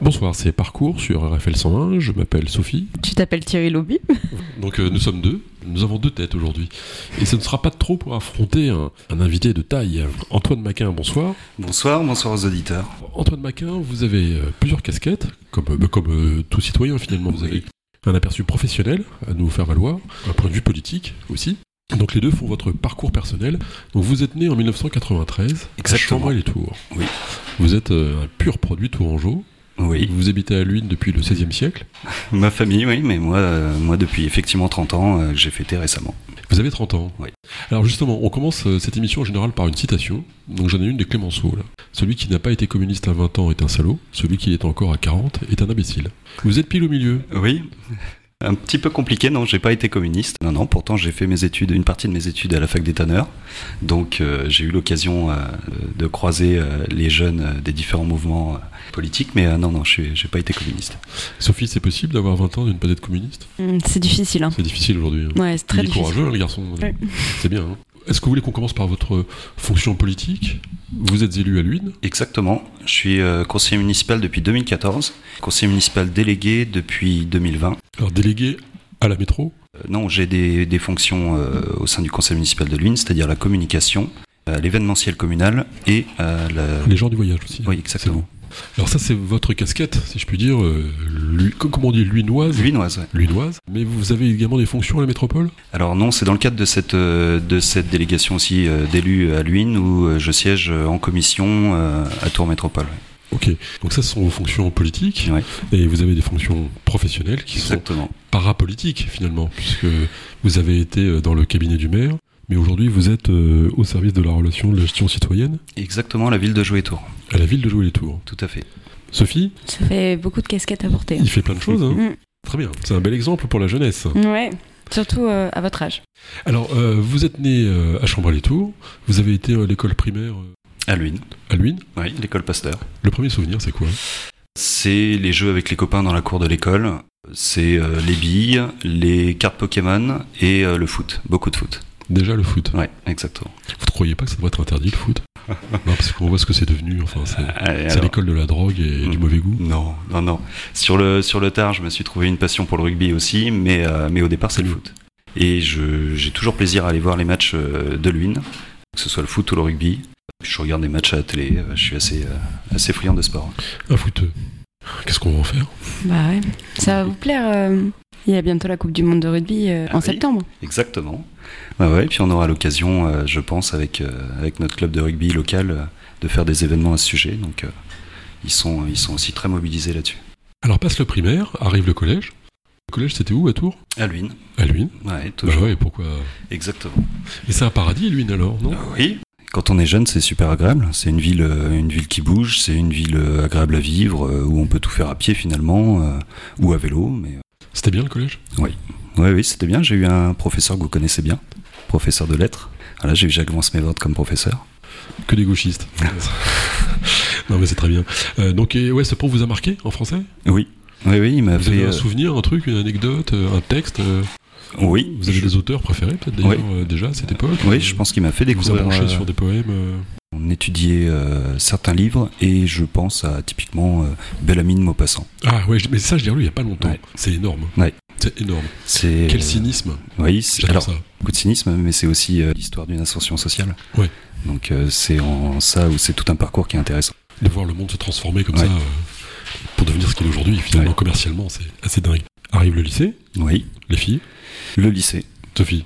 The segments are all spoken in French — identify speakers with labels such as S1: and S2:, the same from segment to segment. S1: Bonsoir, c'est Parcours sur RFL 101. Je m'appelle Sophie.
S2: Tu t'appelles Thierry Lobby
S1: Donc euh, nous sommes deux. Nous avons deux têtes aujourd'hui. Et ce ne sera pas trop pour affronter un, un invité de taille. Antoine Maquin, bonsoir.
S3: Bonsoir, bonsoir aux auditeurs.
S1: Antoine Maquin, vous avez euh, plusieurs casquettes, comme, euh, bah, comme euh, tout citoyen finalement. Vous avez un aperçu professionnel à nous faire valoir, un point de vue politique aussi. Donc les deux font votre parcours personnel. Donc vous êtes né en 1993,
S3: Exactement.
S1: à les tours
S3: Oui.
S1: Vous êtes euh, un pur produit tourangeau.
S3: Oui,
S1: Vous habitez à Luynes depuis le XVIe siècle.
S3: ma famille, oui, mais moi, euh, moi depuis effectivement 30 ans, euh, que j'ai fêté récemment.
S1: Vous avez 30 ans.
S3: Oui.
S1: Alors justement, on commence euh, cette émission en général par une citation. Donc j'en ai une de Clémenceau. Là. Celui qui n'a pas été communiste à 20 ans est un salaud. Celui qui est encore à 40 est un imbécile. Vous êtes pile au milieu.
S3: Oui, un petit peu compliqué, non, j'ai pas été communiste. Non, non, pourtant j'ai fait mes études, une partie de mes études à la fac des tanneurs. Donc euh, j'ai eu l'occasion euh, de croiser euh, les jeunes euh, des différents mouvements euh, politiques, mais euh, non, non, je suis- j'ai pas été communiste.
S1: Sophie, c'est possible d'avoir 20 ans et de ne pas être communiste
S2: Hum, C'est difficile. Hein.
S1: C'est difficile aujourd'hui. hein.
S2: Ouais, c'est très
S1: Il est
S2: difficile.
S1: courageux, hein, le garçon.
S2: Ouais.
S1: C'est bien. hein. Est-ce que vous voulez qu'on commence par votre fonction politique Vous êtes élu à Luynes.
S3: Exactement, je suis euh, conseiller municipal depuis 2014, conseiller municipal délégué depuis 2020.
S1: Alors délégué à la métro.
S3: Euh, Non, j'ai des, des fonctions euh, au sein du conseil municipal de Lune, c'est-à-dire la communication, euh, l'événementiel communal et euh, la...
S1: Les gens du voyage aussi. hein.
S3: Oui, exactement.
S1: Alors ça, c'est votre casquette, si je puis dire. euh, lui- Comment on dit Luynoise
S3: Luynoise, ouais.
S1: Luynoise. Mais vous avez également des fonctions à la métropole
S3: Alors non, c'est dans le cadre de cette, euh, de cette délégation aussi euh, d'élus à Luynes où euh, je siège euh, en commission euh, à Tours Métropole. ouais.
S1: Ok, donc ça ce sont vos fonctions politiques
S3: Ouais.
S1: et vous avez des fonctions professionnelles qui sont
S3: Exactement.
S1: parapolitiques finalement, puisque vous avez été euh, dans le cabinet du maire, mais aujourd'hui vous êtes euh, au service de la relation de la gestion citoyenne
S3: Exactement, la ville de Joué-Tours,
S1: à la ville de Joué-les-Tours.
S3: tout à fait.
S1: Sophie,
S2: Ça fait beaucoup de casquettes à porter.
S1: il fait plein de choses, hein
S2: Mm.
S1: très bien, c'est un bel exemple pour la jeunesse.
S2: hein. Ouais, surtout euh, à votre âge.
S1: Alors euh, vous êtes né euh, à Chambray-les-Tours, vous avez été à l'école primaire euh,
S3: À Luynes,
S1: à Luynes,
S3: oui, l'école Pasteur.
S1: le premier souvenir c'est quoi
S3: C'est les jeux avec les copains dans la cour de l'école, c'est euh, les billes, les cartes Pokémon et euh, le foot, beaucoup de foot.
S1: Déjà le foot.
S3: Ouais, exactement.
S1: Vous ne croyez pas que ça devrait être interdit le foot Non, parce qu'on voit ce que c'est devenu, enfin c'est...
S3: Allez,
S1: C'est
S3: alors.
S1: l'école de la drogue et du
S3: Mm.
S1: mauvais goût.
S3: Non, non, non. Sur le, sur le tard, je me suis trouvé une passion pour le rugby aussi, mais, euh, mais au départ, c'est le foot. Et je- j'ai toujours plaisir à aller voir les matchs euh, de Luynes, que ce soit le foot ou le rugby. Je regarde des matchs à la télé, euh, je suis assez, euh, assez friand de sport.
S1: Un footeux. Qu'est-ce qu'on va en faire
S2: Bah ouais. Ça va vous plaire. euh, Il y a bientôt la Coupe du Monde de rugby euh,
S3: Ah
S2: en
S3: oui.
S2: septembre.
S3: Exactement. Bah ouais, et puis on aura l'occasion, euh, je pense, avec, euh, avec notre club de rugby local, euh, de faire des événements à ce sujet. Donc euh, ils, sont, ils sont aussi très mobilisés là-dessus.
S1: Alors passe le primaire, arrive le collège. Le collège c'était où à Tours
S3: À Luynes,
S1: À Luynes.
S3: ouais, toujours.
S1: Bah ouais, pourquoi
S3: Exactement.
S1: Et c'est un paradis Luynes alors, non
S3: Oui. Quand on est jeune, c'est super agréable. C'est une ville, euh, une ville qui bouge, c'est une ville euh, agréable à vivre, euh, où on peut tout faire à pied finalement, euh, ou à vélo. Mais
S1: C'était bien le collège
S3: oui, oui, c'était bien. J'ai eu un professeur que vous connaissez bien, professeur de lettres. Voilà, j'ai eu Jacques Vansmévorde comme professeur.
S1: Que des gauchistes. non mais c'est très bien. Euh, donc et, ouais, ce pont vous a marqué en français
S3: Oui, oui, oui, il m'a
S1: Vous avez
S3: fait.
S1: un
S3: euh,
S1: souvenir, un truc, une anecdote, euh, un texte euh,
S3: oui,
S1: Vous avez
S3: je-
S1: des auteurs préférés peut-être d'ailleurs euh, déjà à cette époque Euh,
S3: oui, je pense qu'il m'a fait
S1: Vous a
S3: découvrir.
S1: penché
S3: euh,
S1: sur des poèmes. euh,
S3: On étudiait euh, certains livres et je pense à typiquement euh, Bellamy de Maupassant.
S1: Ah ouais, je- mais ça je l'ai relu il y a pas longtemps.
S3: Ouais.
S1: C'est énorme.
S3: Ouais.
S1: C'est énorme.
S3: C'est euh,
S1: Quel cynisme.
S3: Oui, c'est-
S1: J'adore
S3: alors
S1: ça.
S3: beaucoup de cynisme, mais c'est aussi euh, l'histoire d'une ascension sociale.
S1: Ouais.
S3: Donc euh, c'est en ça où c'est tout un parcours qui est intéressant.
S1: de voir le monde se transformer comme
S3: Ouais.
S1: ça euh, pour devenir ce qu'il est aujourd'hui. Finalement,
S3: Ouais.
S1: commercialement, c'est assez dingue. Arrive le lycée,
S3: Oui.
S1: les filles.
S3: Le lycée.
S1: Sophie,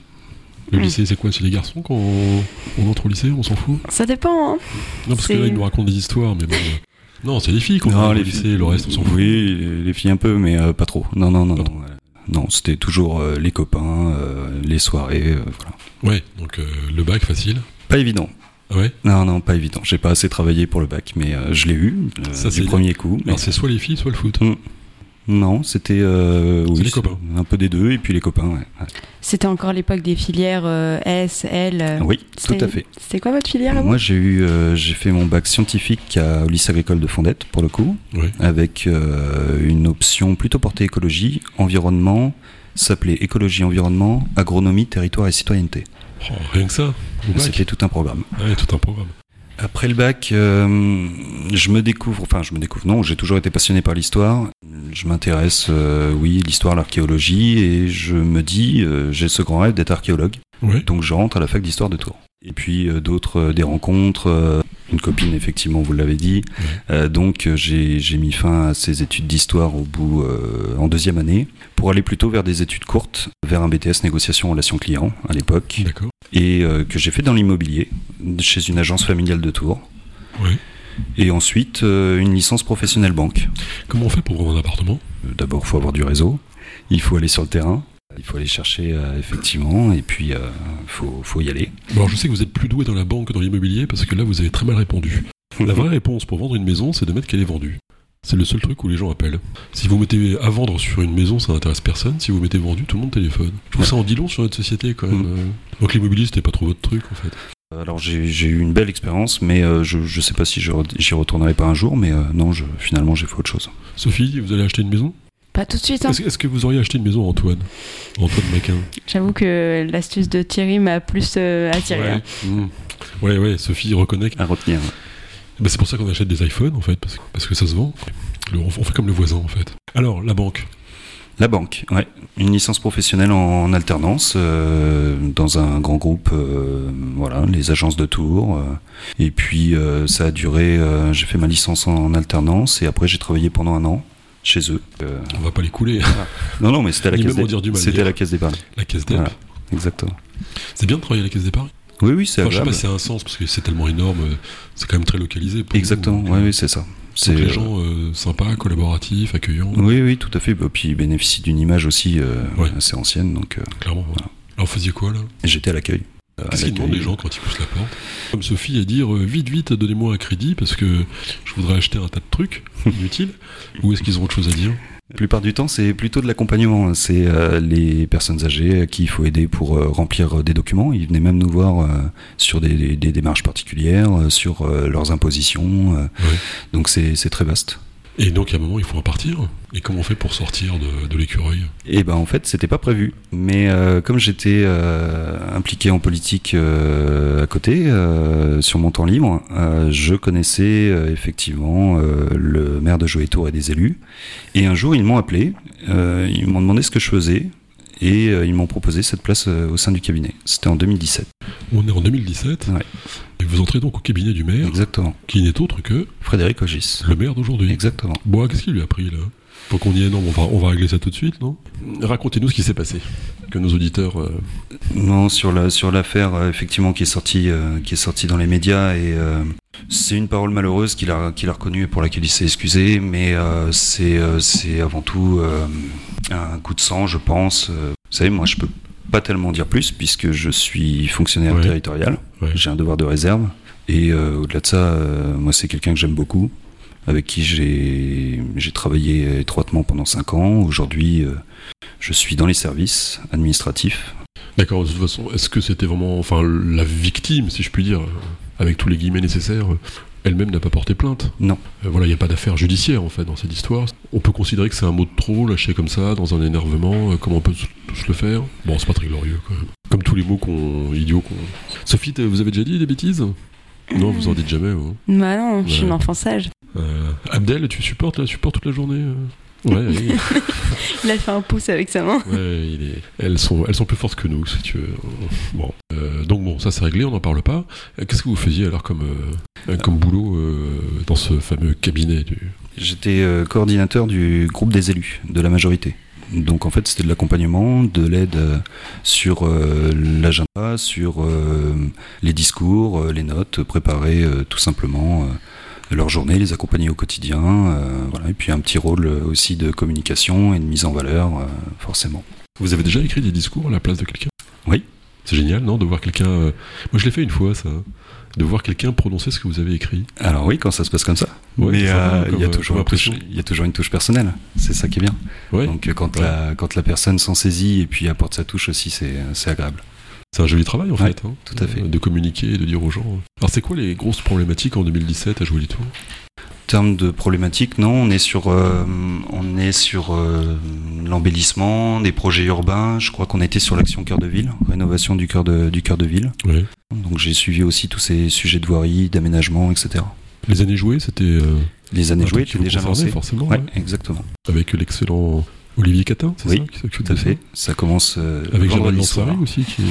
S1: le
S2: Mm.
S1: lycée, c'est quoi C'est les garçons quand on, on entre au lycée On s'en fout
S2: Ça dépend. hein.
S1: Non, parce que
S2: C'est-
S1: là, ils nous racontent des histoires, mais bon. euh, Non, c'est les filles qu'on
S3: Non,
S1: entre au lycée, le reste, on s'en fout.
S3: Oui, les les filles un peu, mais euh, pas trop. Non, non, non.
S1: Pas
S3: Non,
S1: trop.
S3: voilà. Non, c'était toujours euh, les copains, euh, les soirées. euh, voilà.
S1: Ouais, donc euh, le bac, facile.
S3: Pas évident.
S1: Ah ouais
S3: Non, non, pas évident. J'ai pas assez travaillé pour le bac, mais euh, je l'ai eu euh,
S1: Ça, c'est
S3: du
S1: bien.
S3: premier coup. mais-
S1: Alors, c'est soit les filles, soit le foot.
S3: Non, c'était euh,
S1: C'est
S3: oui,
S1: les copains.
S3: c'est Un peu des deux et puis les copains. ouais. Ouais.
S2: C'était encore l'époque des filières euh, S, L. euh,
S3: Oui, tout
S2: c'était-
S3: à fait.
S2: C'était quoi votre filière à vous
S3: Moi, j'ai eu, euh, j'ai fait mon bac scientifique à, au lycée agricole de Fondette, pour le coup,
S1: Ouais.
S3: avec euh, une option plutôt portée écologie, environnement, s'appelait écologie, environnement, agronomie, territoire et citoyenneté.
S1: Oh, rien que ça, au bac.
S3: C'était tout un programme.
S1: Ouais, tout un programme.
S3: Après le bac, euh, je me découvre, enfin je me découvre, non, j'ai toujours été passionné par l'histoire. Je m'intéresse, euh, oui, l'histoire, l'archéologie, et je me dis, euh, j'ai ce grand rêve d'être archéologue.
S1: Ouais.
S3: Donc je rentre à la fac d'histoire de Tours. Et puis euh, d'autres, euh, des rencontres, euh, une copine effectivement, vous l'avez dit. Euh, donc euh, j'ai j'ai mis fin à ces études d'histoire au bout euh, en deuxième année pour aller plutôt vers des études courtes, vers un BTS négociation relations clients à l'époque
S1: D'accord.
S3: et euh, que j'ai fait dans l'immobilier chez une agence familiale de Tours.
S1: Ouais.
S3: Et ensuite euh, une licence professionnelle banque.
S1: Comment on fait pour vendre un appartement
S3: Euh, D'abord, il faut avoir du réseau, il faut aller sur le terrain, il faut aller chercher euh, effectivement, et puis il faut, faut y aller.
S1: Bon, Alors je sais que vous êtes plus doué dans la banque que dans l'immobilier parce que là vous avez très mal répondu. La vraie réponse pour vendre une maison, c'est de mettre qu'elle est vendue. C'est le seul truc où les gens appellent. Si vous mettez à vendre sur une maison, ça n'intéresse personne. Si vous mettez vendu, tout le monde téléphone. Je trouve ça en dit long sur notre société quand même. euh. Donc l'immobilier, c'était pas trop votre truc en fait.
S3: Euh, Alors j'ai j'ai eu une belle expérience, mais euh, je ne sais pas si je re- j'y retournerai pas un jour, mais euh, non, je, finalement j'ai fait autre chose.
S1: Sophie, vous allez acheter une maison
S2: Pas tout de suite, hein.
S1: Est-ce est-ce que vous auriez acheté une maison à Antoine Antoine Maquin
S2: J'avoue que l'astuce de Thierry m'a plus euh, attiré. hein.
S1: Mm. Ouais, ouais, Sophie reconnaît. que-
S3: À retenir.
S1: Bah, c'est pour ça qu'on achète des iPhones en fait, parce que, parce que ça se vend. Le- on fait comme le voisin en fait. Alors, la banque.
S3: La banque, ouais. Une licence professionnelle en, en alternance euh, dans un grand groupe, euh, voilà, les agences de Tours. euh. et puis euh, ça a duré, euh, j'ai fait ma licence en, en alternance et après j'ai travaillé pendant un an chez eux. Euh,
S1: On va pas les couler.
S3: non, non, mais c'était à la
S1: Ni
S3: caisse
S1: même en
S3: des-
S1: dire du mal,
S3: C'était à
S1: d'ailleurs.
S3: la caisse d'épargne.
S1: La caisse d'Ep.
S3: Voilà. Exactement.
S1: C'est bien de travailler à la caisse d'épargne.
S3: Oui, oui, c'est
S1: Enfin, je sais
S3: agréable.
S1: pas si c'est un sens, parce que c'est tellement énorme, euh, c'est quand même très localisé. pour nous.
S3: Exactement,
S1: Donc,
S3: oui, oui, c'est ça.
S1: donc
S3: C'est
S1: les gens euh, sympas, collaboratifs, accueillants,
S3: Oui, oui, tout à fait. Et puis ils bénéficient d'une image aussi euh,
S1: Ouais.
S3: assez ancienne. Donc euh,
S1: clairement. ouais.
S3: Voilà.
S1: Alors, vous faisiez quoi là
S3: j'étais à l'accueil. Euh, à
S1: Qu'est-ce qu'ils
S3: l'accueil.
S1: demandent les gens quand ils poussent la porte Comme Sophie, à dire euh, vite, vite, donnez-moi un crédit parce que je voudrais acheter un tas de trucs inutiles. Ou est-ce qu'ils ont autre chose à dire
S3: La plupart du temps, c'est plutôt de l'accompagnement. C'est euh, les personnes âgées à qui il faut aider pour euh, remplir euh, des documents. Ils venaient même nous voir euh, sur des, des- des démarches particulières, euh, sur euh, leurs impositions. euh.
S1: Ouais.
S3: Donc c'est c'est très vaste.
S1: Et donc, à un moment, il faut en partir. Et comment on fait pour sortir de, de l'écureuil
S3: Et ben en fait, c'était pas prévu. Mais euh, comme j'étais euh, impliqué en politique euh, à côté, euh, sur mon temps libre, euh, je connaissais euh, effectivement euh, le maire de Joétour et des élus. Et un jour, ils m'ont appelé, euh, ils m'ont demandé ce que je faisais. Et euh, ils m'ont proposé cette place euh, au sein du cabinet. C'était en 2017.
S1: On est en 2017.
S3: Ouais.
S1: Et vous entrez donc au cabinet du maire,
S3: Exactement.
S1: qui n'est autre que
S3: Frédéric Ogis.
S1: le maire d'aujourd'hui.
S3: Exactement.
S1: Bon, qu'est-ce qu'il lui a pris là Faut qu'on y est, non, on va, on va régler ça tout de suite, non Racontez-nous ce qui s'est passé, que nos auditeurs. euh,
S3: Non, sur la sur l'affaire euh, effectivement qui est sortie euh, qui est sortie dans les médias et euh, c'est une parole malheureuse qu'il a qu'il a reconnue et pour laquelle il s'est excusé, mais euh, c'est euh, c'est avant tout euh, un coup de sang, je pense. Euh, Vous savez, moi je peux pas tellement dire plus puisque je suis fonctionnaire
S1: Ouais.
S3: territorial,
S1: Ouais.
S3: j'ai un devoir de réserve et euh, au-delà de ça, euh, moi c'est quelqu'un que j'aime beaucoup, avec qui j'ai j'ai travaillé étroitement pendant cinq ans. Aujourd'hui, euh, je suis dans les services administratifs.
S1: D'accord, de toute façon, est-ce que c'était vraiment. Enfin, la victime, si je puis dire, euh, avec tous les guillemets nécessaires, euh, elle-même n'a pas porté plainte
S3: Non.
S1: Euh, voilà, il n'y a pas d'affaire judiciaire en fait dans cette histoire. On peut considérer que c'est un mot de trop lâché comme ça, dans un énervement, euh, comme on peut tous- tous le faire. Bon, c'est pas très glorieux quand même. Comme tous les mots qu'on. idiots qu'on. Sophie, t'as- vous avez déjà dit des bêtises Non, vous en dites jamais, hein. vous.
S2: Bah non, je suis
S1: Ouais.
S2: une enfant sage.
S1: Euh, Abdel, tu supportes, là, supportes toute la journée euh Ouais, oui.
S2: Il a fait un pouce avec sa main.
S1: Ouais, il est- elles, sont, elles sont plus fortes que nous, si tu veux. Bon. Euh, donc bon, ça c'est réglé, on n'en parle pas. Euh, Qu'est-ce que vous faisiez alors comme, euh, euh, comme boulot euh, dans ce fameux cabinet du...
S3: J'étais euh, coordinateur du groupe des élus de la majorité. Donc en fait c'était de l'accompagnement, de l'aide euh, sur euh, l'agenda, sur euh, les discours, euh, les notes, préparer euh, tout simplement euh, leur journée, les accompagner au quotidien, euh, voilà, et puis un petit rôle euh, aussi de communication et de mise en valeur, euh, forcément.
S1: Vous avez déjà écrit des discours à la place de quelqu'un
S3: Oui.
S1: C'est génial, non De voir quelqu'un... euh, Moi je l'ai fait une fois, ça. De voir quelqu'un prononcer ce que vous avez écrit.
S3: Alors oui, quand ça se passe comme ça,
S1: Ouais,
S3: mais
S1: c'est
S3: euh,
S1: sympa,
S3: il y, a
S1: comme-
S3: toujours
S1: comme
S3: une touche-
S1: impression.
S3: il y a toujours une touche personnelle, c'est ça qui est bien.
S1: Ouais,
S3: Donc euh, quand,
S1: Ouais.
S3: la, quand la personne s'en saisit et puis apporte sa touche aussi, c'est c'est agréable.
S1: c'est un joli travail en
S3: Ouais,
S1: fait. hein,
S3: tout à fait.
S1: euh. De communiquer et de dire aux gens... Alors c'est quoi les grosses problématiques en 2017 à Jouer les Tours
S3: termes de problématiques, non, on est sur, euh, on est sur euh, l'embellissement, des projets urbains. Je crois qu'on était sur l'action cœur de ville, rénovation du cœur de, du cœur de ville.
S1: Ouais.
S3: Donc j'ai suivi aussi tous ces sujets de voirie, d'aménagement, etc.
S1: Les années jouées, c'était. euh,
S3: Les
S1: un
S3: années
S1: truc
S3: jouées
S1: qui
S3: étaient
S1: vous
S3: déjà
S1: concernait,
S3: lancées.
S1: forcément.
S3: Ouais,
S1: ouais.
S3: exactement.
S1: Avec l'excellent Olivier Catin, c'est
S3: Oui,
S1: ça qui s'occupe
S3: Tout à
S1: de ça
S3: fait. Ça commence euh,
S1: Avec Germaine
S3: vendredi soir.
S1: Lansari aussi, qui,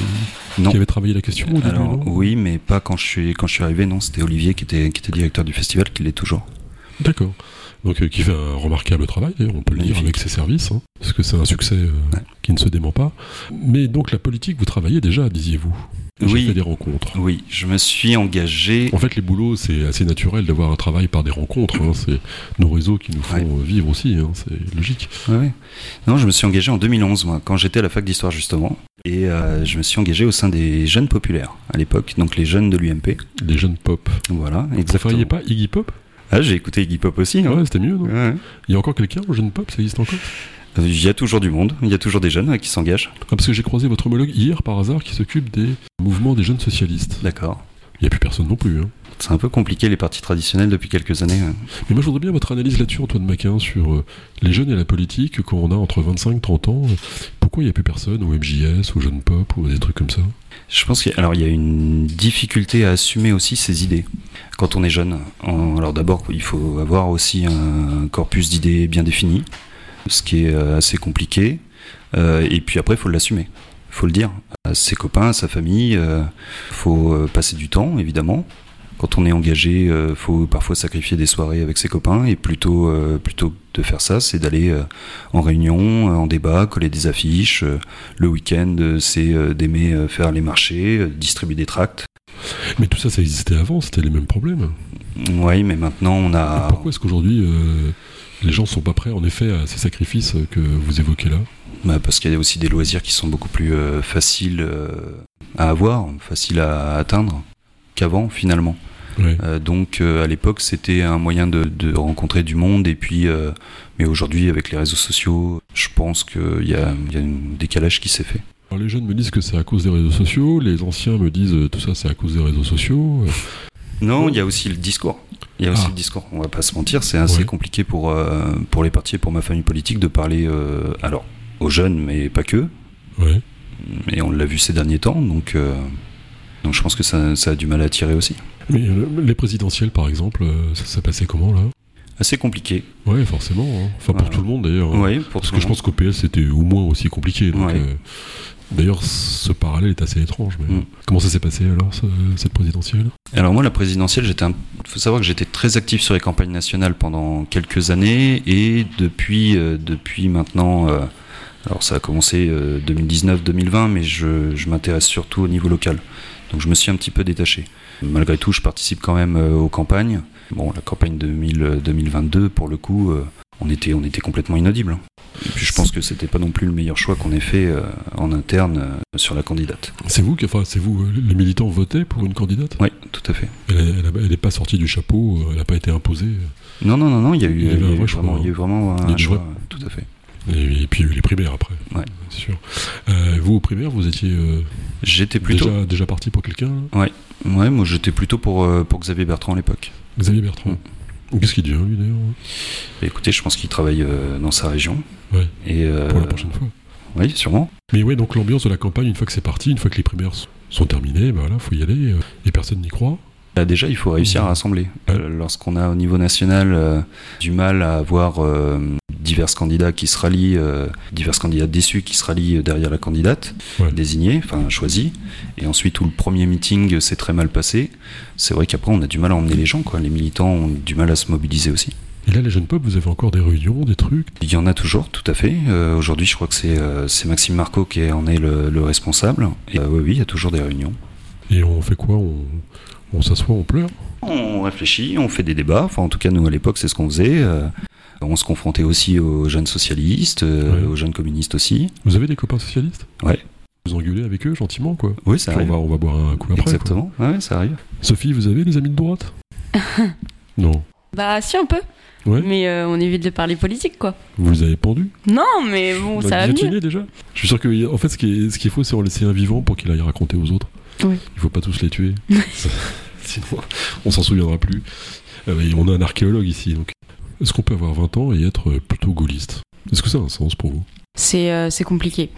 S3: Non.
S1: qui avait travaillé la question au début,
S3: Alors,
S1: non
S3: oui, mais pas quand je suis quand je suis arrivé. Non, c'était Olivier qui était qui était directeur du festival, qui l'est toujours.
S1: D'accord. Donc, euh, qui fait un remarquable travail, d'ailleurs, on peut le dire, avec
S3: Magnifique.
S1: ses services, hein, parce que c'est un succès euh,
S3: Ouais.
S1: qui ne se dément pas. Mais donc, la politique, vous travaillez déjà, disiez-vous J'ai
S3: Oui.
S1: fait des rencontres.
S3: Oui, je me suis engagé.
S1: En fait, les boulots, c'est assez naturel d'avoir un travail par des rencontres. hein, C'est nos réseaux qui nous font
S3: Ouais.
S1: euh, vivre aussi, hein, c'est logique.
S3: Ouais, ouais. Non, je me suis engagé en 2011, moi, quand j'étais à la fac d'histoire justement, et euh, je me suis engagé au sein des jeunes populaires à l'époque, donc les jeunes de l'UMP.
S1: Les jeunes pop.
S3: Voilà,
S1: Vous
S3: exactement.
S1: feriez pas Iggy Pop
S3: Ah, j'ai écouté Iggy Pop aussi. hein.
S1: Ouais, c'était mieux, non
S3: Ouais, ouais.
S1: Il y a encore quelqu'un aux jeunes pop, ça existe encore
S3: Il y a toujours du monde, il y a toujours des jeunes ouais, qui s'engagent.
S1: Ah, parce que j'ai croisé votre homologue hier par hasard qui s'occupe des mouvements des jeunes socialistes.
S3: D'accord.
S1: Il n'y a plus personne non plus. hein.
S3: C'est un peu compliqué les partis traditionnels depuis quelques années. hein. ouais.
S1: Mais moi, je voudrais bien votre analyse là-dessus, Antoine Maquin, sur euh, les jeunes et la politique quand on a entre 25 et 30 ans. euh, Pourquoi il n'y a plus personne au MJS, aux jeunes pop, ou des trucs comme ça
S3: Je pense qu'il y a- alors il y a une difficulté à assumer aussi ses idées quand on est jeune. En- alors d'abord, il faut avoir aussi un corpus d'idées bien défini, ce qui est euh, assez compliqué. Euh, et puis après, il faut l'assumer. faut le dire à ses copains, à sa famille. euh, faut euh, passer du temps, évidemment. Quand on est engagé, euh, faut parfois sacrifier des soirées avec ses copains. Et plutôt, euh, plutôt que de faire ça, c'est d'aller euh, en réunion, euh, en débat, coller des affiches. euh, le week-end, euh, c'est euh, d'aimer euh, faire les marchés, euh, distribuer des tracts.
S1: Mais tout ça, ça existait avant, c'était les mêmes problèmes.
S3: Oui, mais maintenant, on a...
S1: Pourquoi est-ce qu'aujourd'hui euh, les gens sont pas prêts en effet à ces sacrifices euh, que vous évoquez là
S3: Bah, parce qu'il y a aussi des loisirs qui sont beaucoup plus euh, faciles euh, à avoir, faciles à atteindre qu'avant finalement.
S1: Ouais.
S3: Euh, donc euh, à l'époque c'était un moyen de, de rencontrer du monde et puis euh, mais aujourd'hui avec les réseaux sociaux je pense qu'il y a, il y a un décalage qui s'est fait.
S1: Alors, les jeunes me disent que c'est à cause des réseaux sociaux, les anciens me disent euh, tout ça c'est à cause des réseaux sociaux. Euh,
S3: Non, il y a aussi le discours. Il y a aussi
S1: Ah.
S3: le discours. On va pas se mentir, c'est assez
S1: Ouais.
S3: compliqué pour, euh, pour les partis et pour ma famille politique de parler euh, alors aux jeunes mais pas que.
S1: Ouais.
S3: Mais on l'a vu ces derniers temps donc euh, donc je pense que ça, ça a du mal à attirer aussi.
S1: Mais euh, les présidentielles par exemple, euh, ça s'est passé comment là
S3: assez compliqué.
S1: Ouais, forcément. hein. Enfin pour
S3: Ouais.
S1: tout le monde d'ailleurs. hein.
S3: Oui, pour
S1: Parce
S3: tout
S1: que
S3: le
S1: je
S3: monde.
S1: pense qu'au PS c'était au moins aussi compliqué. donc,
S3: Ouais.
S1: euh, D'ailleurs, ce parallèle est assez étrange. Mais euh,
S3: Mm.
S1: Comment ça s'est passé alors, ce- cette présidentielle
S3: Alors moi, la présidentielle, j'étais. Un... faut savoir que j'étais très actif sur les campagnes nationales pendant quelques années et depuis euh, depuis maintenant. euh, Alors ça a commencé euh, 2019-2020, mais je, je m'intéresse surtout au niveau local. Donc je me suis un petit peu détaché. Malgré tout, je participe quand même euh, aux campagnes. Bon, la campagne 2000, euh, 2022, pour le coup, euh, on était, on était complètement inaudible. Et puis je pense que c'était pas non plus le meilleur choix qu'on ait fait euh, en interne euh, sur la candidate.
S1: C'est vous, qui, enfin, c'est vous, euh, les militants votaient pour une candidate
S3: Oui, tout à fait.
S1: Elle n'est pas sortie du chapeau, euh, elle n'a pas été imposée.
S3: Non, non, non, non, il y a eu,
S1: Il y avait
S3: il y a
S1: un
S3: eu
S1: vrai choix,
S3: vraiment,
S1: hein.
S3: il y a eu vraiment
S1: Il y a
S3: un
S1: du
S3: choix,
S1: vrai.
S3: euh, tout à fait.
S1: Et, et puis il y a eu les primaires après.
S3: Ouais.
S1: C'est sûr. Euh, vous, aux primaires, vous étiez euh,
S3: J'étais plutôt,
S1: déjà, déjà parti pour quelqu'un là
S3: ouais, moi j'étais plutôt pour, euh, pour Xavier Bertrand à l'époque.
S1: Xavier
S3: Mm.
S1: Bertrand. Qu'est-ce qu'il dit, hein, lui, d'ailleurs
S3: Bah, écoutez, je pense qu'il travaille euh, dans sa région.
S1: Ouais.
S3: Et, euh,
S1: Pour la prochaine fois.
S3: Oui, sûrement.
S1: Mais ouais, donc l'ambiance de la campagne, une fois que c'est parti, une fois que les primaires s- sont terminées, bah voilà, faut y aller. euh, et personne n'y croit.
S3: Bah, déjà, il faut réussir à rassembler.
S1: Ouais.
S3: Euh, Lorsqu'on a au niveau national euh, du mal à avoir euh, divers candidats qui se rallient, euh, divers candidats déçus qui se rallient euh, derrière la candidate
S1: Ouais.
S3: désignée, enfin choisie, et ensuite où le premier meeting euh, s'est très mal passé, c'est vrai qu'après on a du mal à emmener les gens, quoi. Les militants ont du mal à se mobiliser aussi.
S1: Et là, les jeunes peuples, vous avez encore des réunions, des trucs.
S3: Il y en a toujours, tout à fait. Euh, Aujourd'hui, je crois que c'est euh, c'est Maxime Marco qui est- en est le, le responsable. Et, euh, oui, oui, il y a toujours des réunions.
S1: Et on fait quoi On, on s'assoit, on pleure.
S3: On réfléchit, on fait des débats. Enfin, en tout cas, nous, à l'époque, c'est ce qu'on faisait. Euh, on se confrontait aussi aux jeunes socialistes, euh,
S1: Ouais.
S3: aux jeunes communistes aussi.
S1: Vous avez des copains socialistes
S3: Ouais.
S1: Vous engueulez avec eux gentiment, quoi.
S3: Oui, ça
S1: Puis on
S3: arrive.
S1: va, on va boire un coup Bah, après. quoi.
S3: Exactement, ouais, ça arrive.
S1: Sophie, vous avez des amis de droite Non.
S2: Bah, si, un peu.
S1: Ouais.
S2: Mais euh, on évite de parler politique, quoi.
S1: Vous les avez pendu
S2: Non, mais bon,
S1: Vous
S2: ça va
S1: l'avez
S2: venir.
S1: guillotiné, déjà Je suis sûr que, en fait, ce qui est, ce qu'il faut, c'est en laisser un vivant pour qu'il aille raconter aux autres.
S2: Oui.
S1: Il faut pas tous les tuer. Sinon, on s'en souviendra plus. Euh, et on a un archéologue ici, donc est-ce qu'on peut avoir 20 ans et être euh, plutôt gaulliste Est-ce que ça a un sens pour vous
S2: C'est euh, c'est compliqué.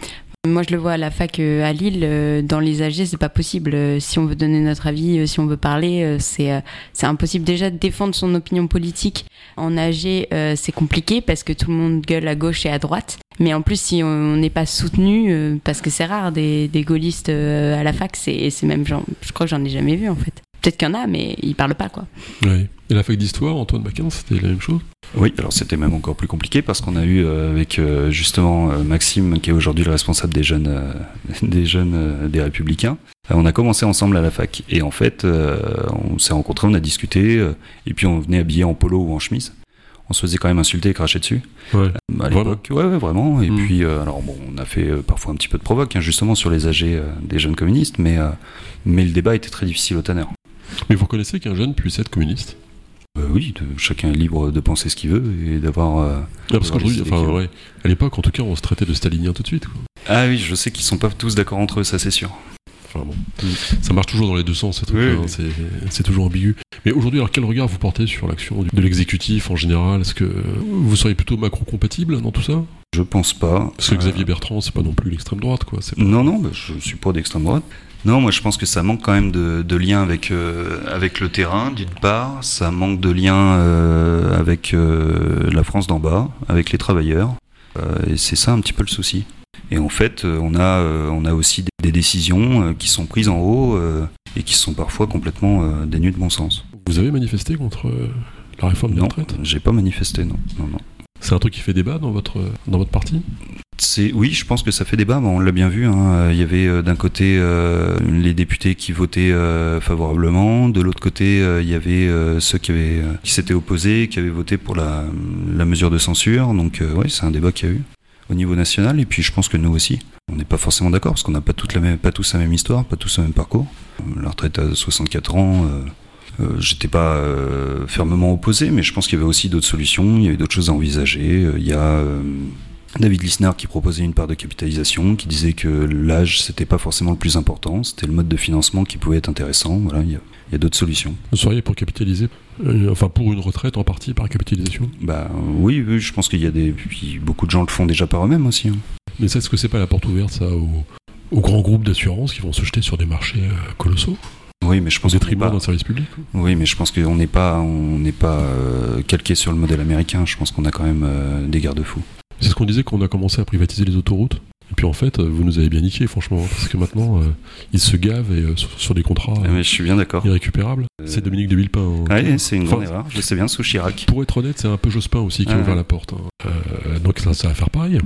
S2: Moi, je le vois à la fac euh, à Lille, euh, dans les AG, c'est pas possible. Euh, si on veut donner notre avis, euh, si on veut parler, euh, c'est euh, c'est impossible. Déjà, de défendre son opinion politique en AG, euh, c'est compliqué parce que tout le monde gueule à gauche et à droite. Mais en plus, si on n'est pas soutenu, euh, parce que c'est rare des, des gaullistes euh, à la fac, c'est et c'est même, genre, je crois que j'en ai jamais vu en fait. Peut-être qu'il y en a, mais ils parlent pas quoi.
S1: Oui. Et la fac d'histoire, Antoine Bacquin, c'était la même chose
S3: Oui, alors c'était même encore plus compliqué parce qu'on a eu euh, avec euh, justement euh, Maxime, qui est aujourd'hui le responsable des jeunes, euh, des jeunes euh, des Républicains. Euh, On a commencé ensemble à la fac et en fait, euh, on s'est rencontrés, on a discuté euh, et puis on venait habillé en polo ou en chemise. On se faisait quand même insulter et cracher dessus.
S1: Ouais.
S3: À
S1: Vraiment
S3: l'époque, ouais, ouais, vraiment. Et
S1: Mm.
S3: puis, euh, alors bon, on a fait euh, parfois un petit peu de provoque, hein, justement, sur les AG euh, des jeunes communistes, mais, euh, mais le débat était très difficile au Tanner.
S1: Mais vous reconnaissez qu'un jeune puisse être communiste
S3: Euh, oui, de- chacun est libre de penser ce qu'il veut et d'avoir. euh,
S1: Ah, parce
S3: Ouais,
S1: qu'aujourd'hui,
S3: c'est
S1: enfin,
S3: équivalent.
S1: ouais, à l'époque, en tout cas, on se traitait de stalinien tout de suite. quoi.
S3: Ah oui, je sais qu'ils sont pas tous d'accord entre eux, ça c'est sûr.
S1: Enfin, bon. Ça marche toujours dans les deux sens, ces trucs-là,
S3: Oui,
S1: hein,
S3: oui.
S1: c'est- c'est toujours ambigu. Mais aujourd'hui, alors quel regard vous portez sur l'action du- de l'exécutif en général Est-ce que euh, vous seriez plutôt Macron-compatible dans tout ça
S3: Je pense pas.
S1: Parce que
S3: Euh,
S1: Xavier Bertrand, c'est pas non plus l'extrême droite, quoi. c'est-
S3: Non, non, bah, je suis pas d'extrême droite. Non, moi je pense que ça manque quand même de, de lien avec, euh, avec le terrain, d'une part. Ça manque de lien euh, avec euh, la France d'en bas, avec les travailleurs. Euh, et c'est ça un petit peu le souci. Et en fait, euh, on a, euh, on a aussi des, des décisions euh, qui sont prises en haut euh, et qui sont parfois complètement euh, dénuées de bon sens.
S1: Vous avez manifesté contre euh, la réforme des
S3: Non,
S1: retraites
S3: j'ai pas manifesté, non. non, non.
S1: C'est un truc qui fait débat dans votre, dans votre parti
S3: C'est oui, je pense que ça fait débat. mais on l'a bien vu. hein. Il y avait euh, d'un côté euh, les députés qui votaient euh, favorablement, de l'autre côté euh, il y avait euh, ceux qui avaient euh, qui s'étaient opposés, qui avaient voté pour la, la mesure de censure. Donc euh, oui, c'est un débat qu'il y a eu au niveau national. Et puis je pense que nous aussi, on n'est pas forcément d'accord parce qu'on n'a pas toutes la même, pas tous la même histoire, pas tous le même parcours. Euh, La retraite à 64 ans. euh, euh, J'étais pas euh, fermement opposé, mais je pense qu'il y avait aussi d'autres solutions, il y avait d'autres choses à envisager. Euh, Il y a euh, David Lisnard qui proposait une part de capitalisation, qui disait que l'âge c'était pas forcément le plus important, c'était le mode de financement qui pouvait être intéressant. Voilà, il y a, il y a d'autres solutions.
S1: Vous seriez pour capitaliser, euh, enfin pour une retraite en partie par capitalisation
S3: Bah oui, oui, je pense qu'il y a des, puis beaucoup de gens le font déjà par eux-mêmes aussi. hein.
S1: Mais ça, est-ce que c'est pas la porte ouverte, ça, aux, aux grands groupes d'assurance qui vont se jeter sur des marchés euh, colossaux
S3: Oui, mais je
S1: au
S3: pense qu'on n'est
S1: détriment
S3: pas.
S1: d'un service public
S3: Oui, mais je pense qu'on n'est pas, on n'est pas euh, calqué sur le modèle américain. Je pense qu'on a quand même euh, des garde-fous.
S1: C'est ce qu'on disait quand on a commencé à privatiser les autoroutes. Et puis en fait, euh, vous nous avez bien niqué, franchement, hein, parce que maintenant, euh, ils se gavent et, euh, sur, sur des contrats euh,
S3: Mais je suis bien d'accord.
S1: irrécupérables.
S3: Euh,
S1: C'est Dominique de Villepin. hein.
S3: Ouais, c'est une grande
S1: Enfin,
S3: erreur. Je sais bien sous Chirac.
S1: Pour être honnête, c'est un peu Jospin aussi qui a
S3: Ah.
S1: ouvert la porte. hein. Euh, donc ça, ça va faire pareil.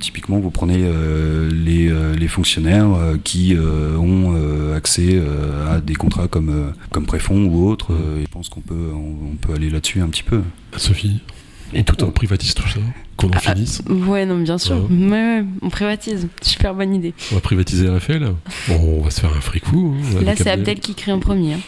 S3: Typiquement, vous prenez euh, les, euh, les fonctionnaires euh, qui euh, ont euh, accès euh, à des contrats comme, euh, comme Préfond ou autres, euh, et je pense qu'on peut, on, on peut aller là-dessus un petit peu.
S1: Sophie,
S3: Et tout
S1: on
S3: en
S1: privatise tout ça, qu'on en
S2: Ah,
S1: finisse.
S2: Ouais, non, bien sûr.
S1: Ouais.
S2: Ouais, ouais, on privatise. Super bonne idée.
S1: On va privatiser RFL. Bon, on va se faire un fric fou. hein,
S2: Là,
S1: avec
S2: c'est Abdel qui crie en premier. hein.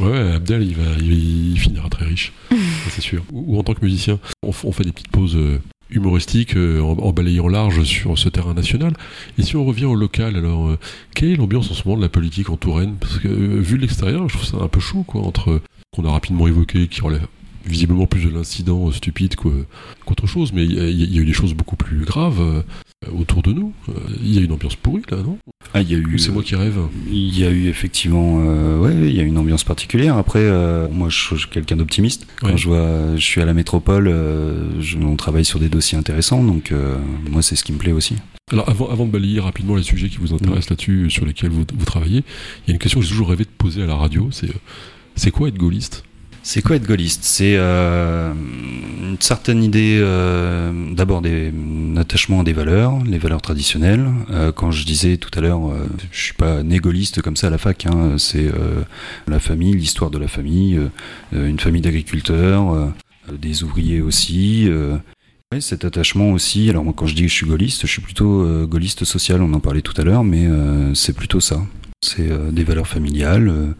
S1: Ouais, Abdel, il, va, il, il finira très riche, ça, c'est sûr. Ou, ou en tant que musicien, on, f- on fait des petites pauses euh, humoristiques euh, en, en balayant large sur ce terrain national. Et si on revient au local, alors, euh, quelle est l'ambiance en ce moment de la politique en Touraine Parce que, euh, vu de l'extérieur, je trouve ça un peu chaud, quoi, entre euh, qu'on a rapidement évoqué, qui relève visiblement plus de l'incident euh, stupide qu'au- qu'autre chose, mais il y, a- il y a eu des choses beaucoup plus graves euh, autour de nous. Euh, Il y a une ambiance pourrie, là, non
S3: Ah, il y a eu.
S1: Ou c'est moi qui rêve
S3: Il y a eu effectivement, euh, ouais, il y a une ambiance particulière. Après, euh, moi, je suis quelqu'un d'optimiste. Quand
S1: Ouais.
S3: je vois, je suis à la métropole, euh, je- on travaille sur des dossiers intéressants, donc euh, moi, c'est ce qui me plaît aussi.
S1: Alors avant, avant de balayer rapidement les sujets qui vous intéressent là-dessus, euh, sur lesquels vous, vous travaillez, il y a une question que j'ai toujours rêvé de poser à la radio, c'est euh, c'est quoi être gaulliste
S3: C'est quoi être gaulliste C'est euh, une certaine idée euh, d'abord des un attachement à des valeurs, les valeurs traditionnelles. Euh, quand je disais tout à l'heure, euh, je suis pas né gaulliste comme ça à la fac. hein. C'est euh, la famille, l'histoire de la famille, euh, une famille d'agriculteurs, euh, des ouvriers aussi. euh. Ouais, cet attachement aussi. Alors moi, quand je dis que je suis gaulliste, je suis plutôt euh, gaulliste social. On en parlait tout à l'heure, mais euh, c'est plutôt ça. C'est euh, des valeurs familiales. euh,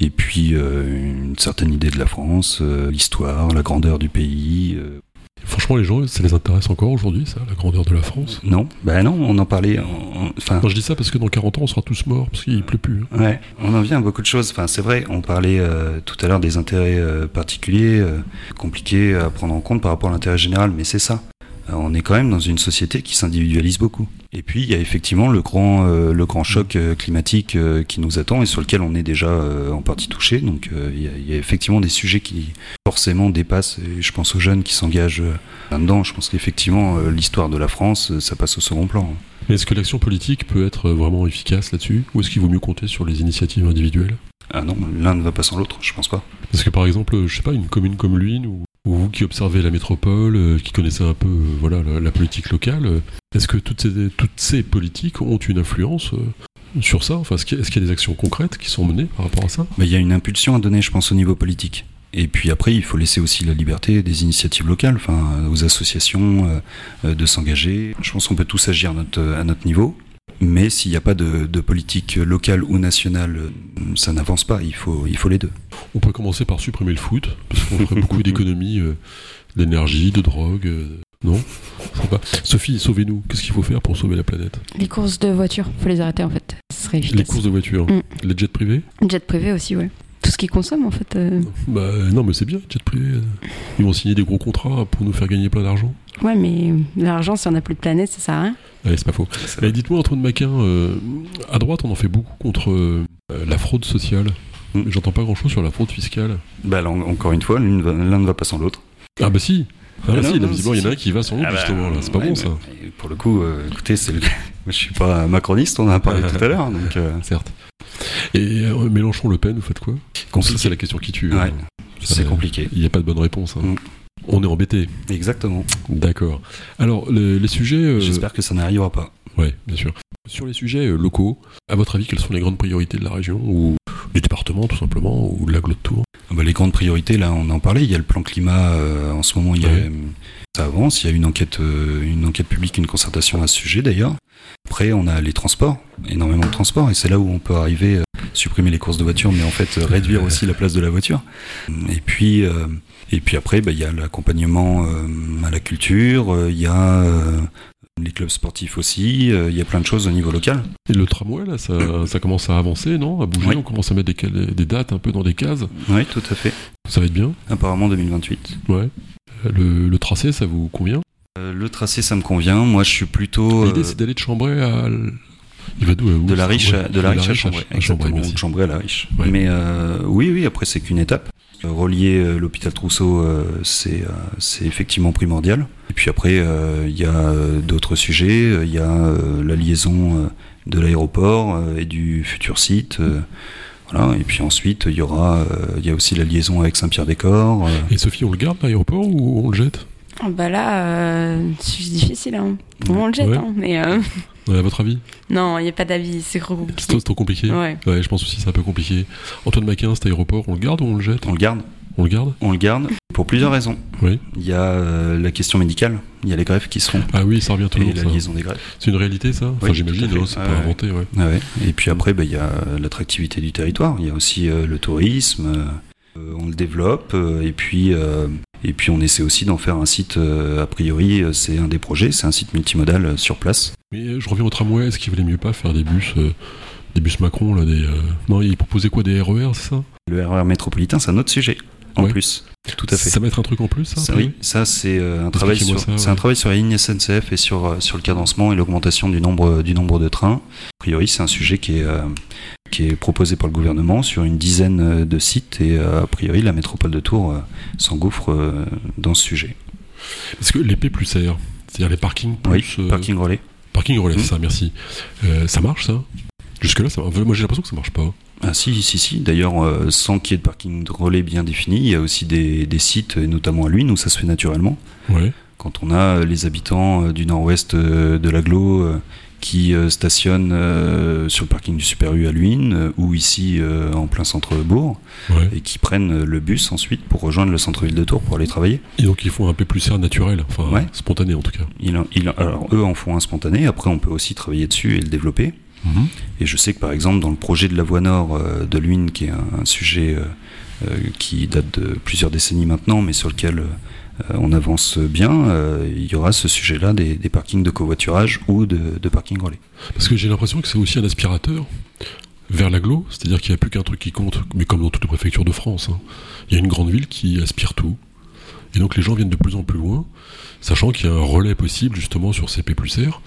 S3: et puis euh, une certaine idée de la France, euh, l'histoire, la grandeur du pays. euh.
S1: Franchement, franchement, les gens, ça les intéresse encore aujourd'hui, ça, la grandeur de la France
S3: Non, bah non, on en parlait. on- on- Enfin,
S1: Enfin, je dis ça parce que dans 40 ans, on sera tous morts parce qu'il pleut plus. hein.
S3: Ouais, on en vient à beaucoup de choses. Enfin, c'est vrai, on parlait euh, tout à l'heure des intérêts euh, particuliers, euh, compliqués à prendre en compte par rapport à l'intérêt général, mais c'est ça. Euh, on est quand même dans une société qui s'individualise beaucoup. Et puis, il y a effectivement le grand, euh, le grand choc euh, climatique euh, qui nous attend et sur lequel on est déjà euh, en partie touché. Donc, euh, il y, a- il y a effectivement des sujets qui forcément dépassent. Et je pense aux jeunes qui s'engagent euh, là-dedans. Je pense qu'effectivement, euh, l'histoire de la France, euh, ça passe au second plan.
S1: Mais est-ce que l'action politique peut être euh, vraiment efficace là-dessus Ou est-ce qu'il vaut mieux compter sur les initiatives individuelles
S3: Ah non, l'un ne va pas sans l'autre, je pense pas.
S1: Parce que par exemple, je sais pas, une commune comme Luynes, ou, ou vous qui observez la métropole, euh, qui connaissez un peu euh, voilà, la, la politique locale, euh, est-ce que toutes ces, toutes ces politiques ont une influence euh, sur ça enfin, Est-ce qu'il y a- est-ce qu'il y a des actions concrètes qui sont menées par rapport à ça
S3: Bah, Il y a une impulsion à donner, je pense, au niveau politique. Et puis après, il faut laisser aussi la liberté des initiatives locales, enfin, aux associations euh, euh, de s'engager. Je pense qu'on peut tous agir à notre, à notre niveau. Mais s'il n'y a pas de, de politique locale ou nationale, euh, ça n'avance pas. Il faut, il faut les deux.
S1: On peut commencer par supprimer le foot, parce qu'on ferait beaucoup d'économies euh, d'énergie, de drogue. euh, non Je sais pas. Sophie, sauvez-nous. Qu'est-ce qu'il faut faire pour sauver la planète
S2: Les courses de voitures, faut les arrêter en fait. Ce serait
S1: Les
S2: efficace.
S1: courses de voiture,
S2: Mm.
S1: les jets privés
S2: Jet privé aussi, ouais. Tout ce qu'ils consomment en fait. euh.
S1: Bah euh, non, mais c'est bien, jet privé. euh. Ils vont signer des gros contrats pour nous faire gagner plein d'argent.
S2: Ouais, mais l'argent, si on n'a plus de planète, ça sert à rien.
S1: Allez, c'est pas faux. Et Bah, dites-moi, Antoine Maquin, euh, à droite, on en fait beaucoup contre euh, la fraude sociale.
S3: Mm.
S1: J'entends pas grand-chose sur la fraude fiscale.
S3: Bah, là, en- encore une fois, l'une va- l'un ne va pas sans l'autre.
S1: Ah bah si Ah bah
S3: Ah non,
S1: si, là,
S3: non,
S1: visiblement,
S3: si,
S1: il y en a
S3: si.
S1: un qui va sans l'autre,
S3: Ah bah,
S1: justement. là. C'est pas
S3: ouais,
S1: bon,
S3: mais-
S1: ça.
S3: mais Pour le coup, euh, écoutez, c'est le... je suis pas macroniste, on en a parlé tout à l'heure. Donc, euh,
S1: Certes. Et euh, Mélenchon, Le Pen, vous faites quoi Ça, c'est la question qui tue.
S3: Ouais,
S1: hein.
S3: c'est compliqué.
S1: Il n'y a pas de bonne réponse. hein.
S3: Mm.
S1: On est embêté.
S3: Exactement.
S1: D'accord. Alors, le- les sujets... euh,
S3: J'espère que ça n'arrivera pas.
S1: Ouais, bien sûr. Sur les sujets euh, locaux, à votre avis, quelles sont les grandes priorités de la région ou du département, tout simplement, ou de l'agglo de Tours
S3: Ah bah, les grandes priorités, là, on en parlait. Il y a le plan climat euh, en ce moment. Il y a,
S1: Ouais.
S3: euh, ça avance. Il y a une enquête, euh, une enquête publique, une concertation à ce sujet d'ailleurs. Après, on a les transports, énormément de transports, et c'est là où on peut arriver euh, supprimer les courses de voiture, mais en fait euh, réduire aussi la place de la voiture. Et puis, euh, et puis après, bah, il y a l'accompagnement euh, à la culture. euh, Il y a euh, les clubs sportifs aussi. euh, Il y a plein de choses au niveau local.
S1: Et le tramway, là, ça, ça commence à avancer, non À bouger,
S3: Oui.
S1: on commence à mettre des, cal- des dates un peu dans des cases.
S3: Oui, tout à fait.
S1: Ça va être bien
S3: Apparemment 2028.
S1: Ouais. Euh, Le, le tracé, ça vous convient
S3: Euh, le tracé, ça me convient. Moi, je suis plutôt. euh,
S1: L'idée, c'est d'aller de Chambray à... l- Il va d'où à où,
S3: De
S1: ce
S3: la riche,
S1: tramway
S3: à, de la riche à Chambray.
S1: à Chambray,
S3: Exactement,
S1: merci.
S3: de Chambray à la riche.
S1: Ouais.
S3: Mais euh, oui, oui, après c'est qu'une étape. Euh, Relier euh, l'hôpital Trousseau, euh, c'est euh, c'est effectivement primordial. Et puis après, euh, il y a euh, d'autres sujets. Euh, Il y a euh, la liaison euh, de l'aéroport euh, et du futur site. euh, voilà. Et puis ensuite, il y aura, euh, il y a aussi la liaison avec Saint-Pierre-des-Corps. euh,
S1: Et Sophie, on le garde, l'aéroport, ou on le jette
S2: Ah bah là, euh, c'est difficile. Hein. Bon, on le jette,
S1: Ouais.
S2: hein, mais euh,
S1: Ouais, À votre avis
S2: non, il n'y a pas d'avis, c'est trop
S1: C'est
S2: compliqué.
S1: trop- c'est trop compliqué
S2: Ouais.
S1: Ouais, je pense aussi que c'est un peu compliqué. Antoine Maquin, cet aéroport, on le garde ou on le jette
S3: on le garde.
S1: On le garde
S3: On le garde pour plusieurs raisons.
S1: Oui.
S3: Il y a euh, la question médicale. Il y a les greffes qui seront.
S1: Ah oui, ça revient
S3: Et
S1: toujours.
S3: la
S1: ça.
S3: liaison des greffes.
S1: C'est une réalité, ça Enfin,
S3: Oui,
S1: j'imagine,
S3: tout à
S1: hein,
S3: fait.
S1: c'est
S3: Ah
S1: pas
S3: ouais.
S1: inventé, ouais.
S3: Ah ouais. Et puis après, bah, il y a euh, l'attractivité du territoire, il y a aussi euh, le tourisme, euh, on le développe, euh, et, puis, euh, et puis on essaie aussi d'en faire un site, euh, a priori, euh, c'est un des projets, c'est un site multimodal euh, sur place.
S1: Mais euh, je reviens au tramway, est-ce qu'il valait mieux pas faire des bus, euh, des bus Macron, là, des. euh, Non, il proposait quoi Des RER, c'est ça
S3: Le RER métropolitain, c'est un autre sujet, en
S1: Ouais.
S3: plus. Tout à fait.
S1: Ça va être un truc en plus, ça,
S3: Ça,
S1: a
S3: oui,
S1: priori
S3: ça c'est euh, un travail
S1: Expliquez-moi
S3: sur
S1: ça,
S3: c'est
S1: ouais.
S3: un travail sur la ligne SNCF et sur euh, sur le cadencement et l'augmentation du nombre euh, du nombre de trains. A priori, c'est un sujet qui est euh, qui est proposé par le gouvernement sur une dizaine euh, de sites et euh, a priori la métropole de Tours euh, s'engouffre euh, dans ce sujet.
S1: Parce que les P plus R, c'est-à-dire les parkings
S3: Oui,
S1: plus. euh,
S3: parking relais.
S1: parking relais,
S3: Mhm.
S1: c'est ça, merci. Euh, ça marche, ça Jusque-là, ça... moi j'ai l'impression que ça marche pas.
S3: Ah si si si. D'ailleurs, euh, sans qu'il y ait de parking de relais bien défini, il y a aussi des des sites et notamment à Lune où ça se fait naturellement.
S1: Ouais.
S3: quand on a euh, les habitants euh, du nord-ouest euh, de l'aglo euh, qui euh, stationnent euh, sur le parking du Super U à Luynes euh, ou ici euh, en plein centre-bourg
S1: Ouais.
S3: et qui prennent euh, le bus ensuite pour rejoindre le centre-ville de Tours pour aller travailler.
S1: Et donc ils font un P plus R naturel, enfin
S3: Ouais.
S1: spontané en tout cas.
S3: Ils en- ils en- alors eux en font un spontané, après on peut aussi travailler dessus et le développer. Et je sais que par exemple dans le projet de la voie nord euh, de Luynes, qui est un, un sujet euh, euh, qui date de plusieurs décennies maintenant, mais sur lequel euh, euh, on avance bien, euh, il y aura ce sujet-là des, des parkings de covoiturage ou de, de parking relais.
S1: Parce que j'ai l'impression que c'est aussi un aspirateur vers l'agglo, c'est-à-dire qu'il n'y a plus qu'un truc qui compte, mais comme dans toutes les préfectures de France, hein. il y a une grande ville qui aspire tout. Et donc les gens viennent de plus en plus loin, sachant qu'il y a un relais possible justement sur CP plus R,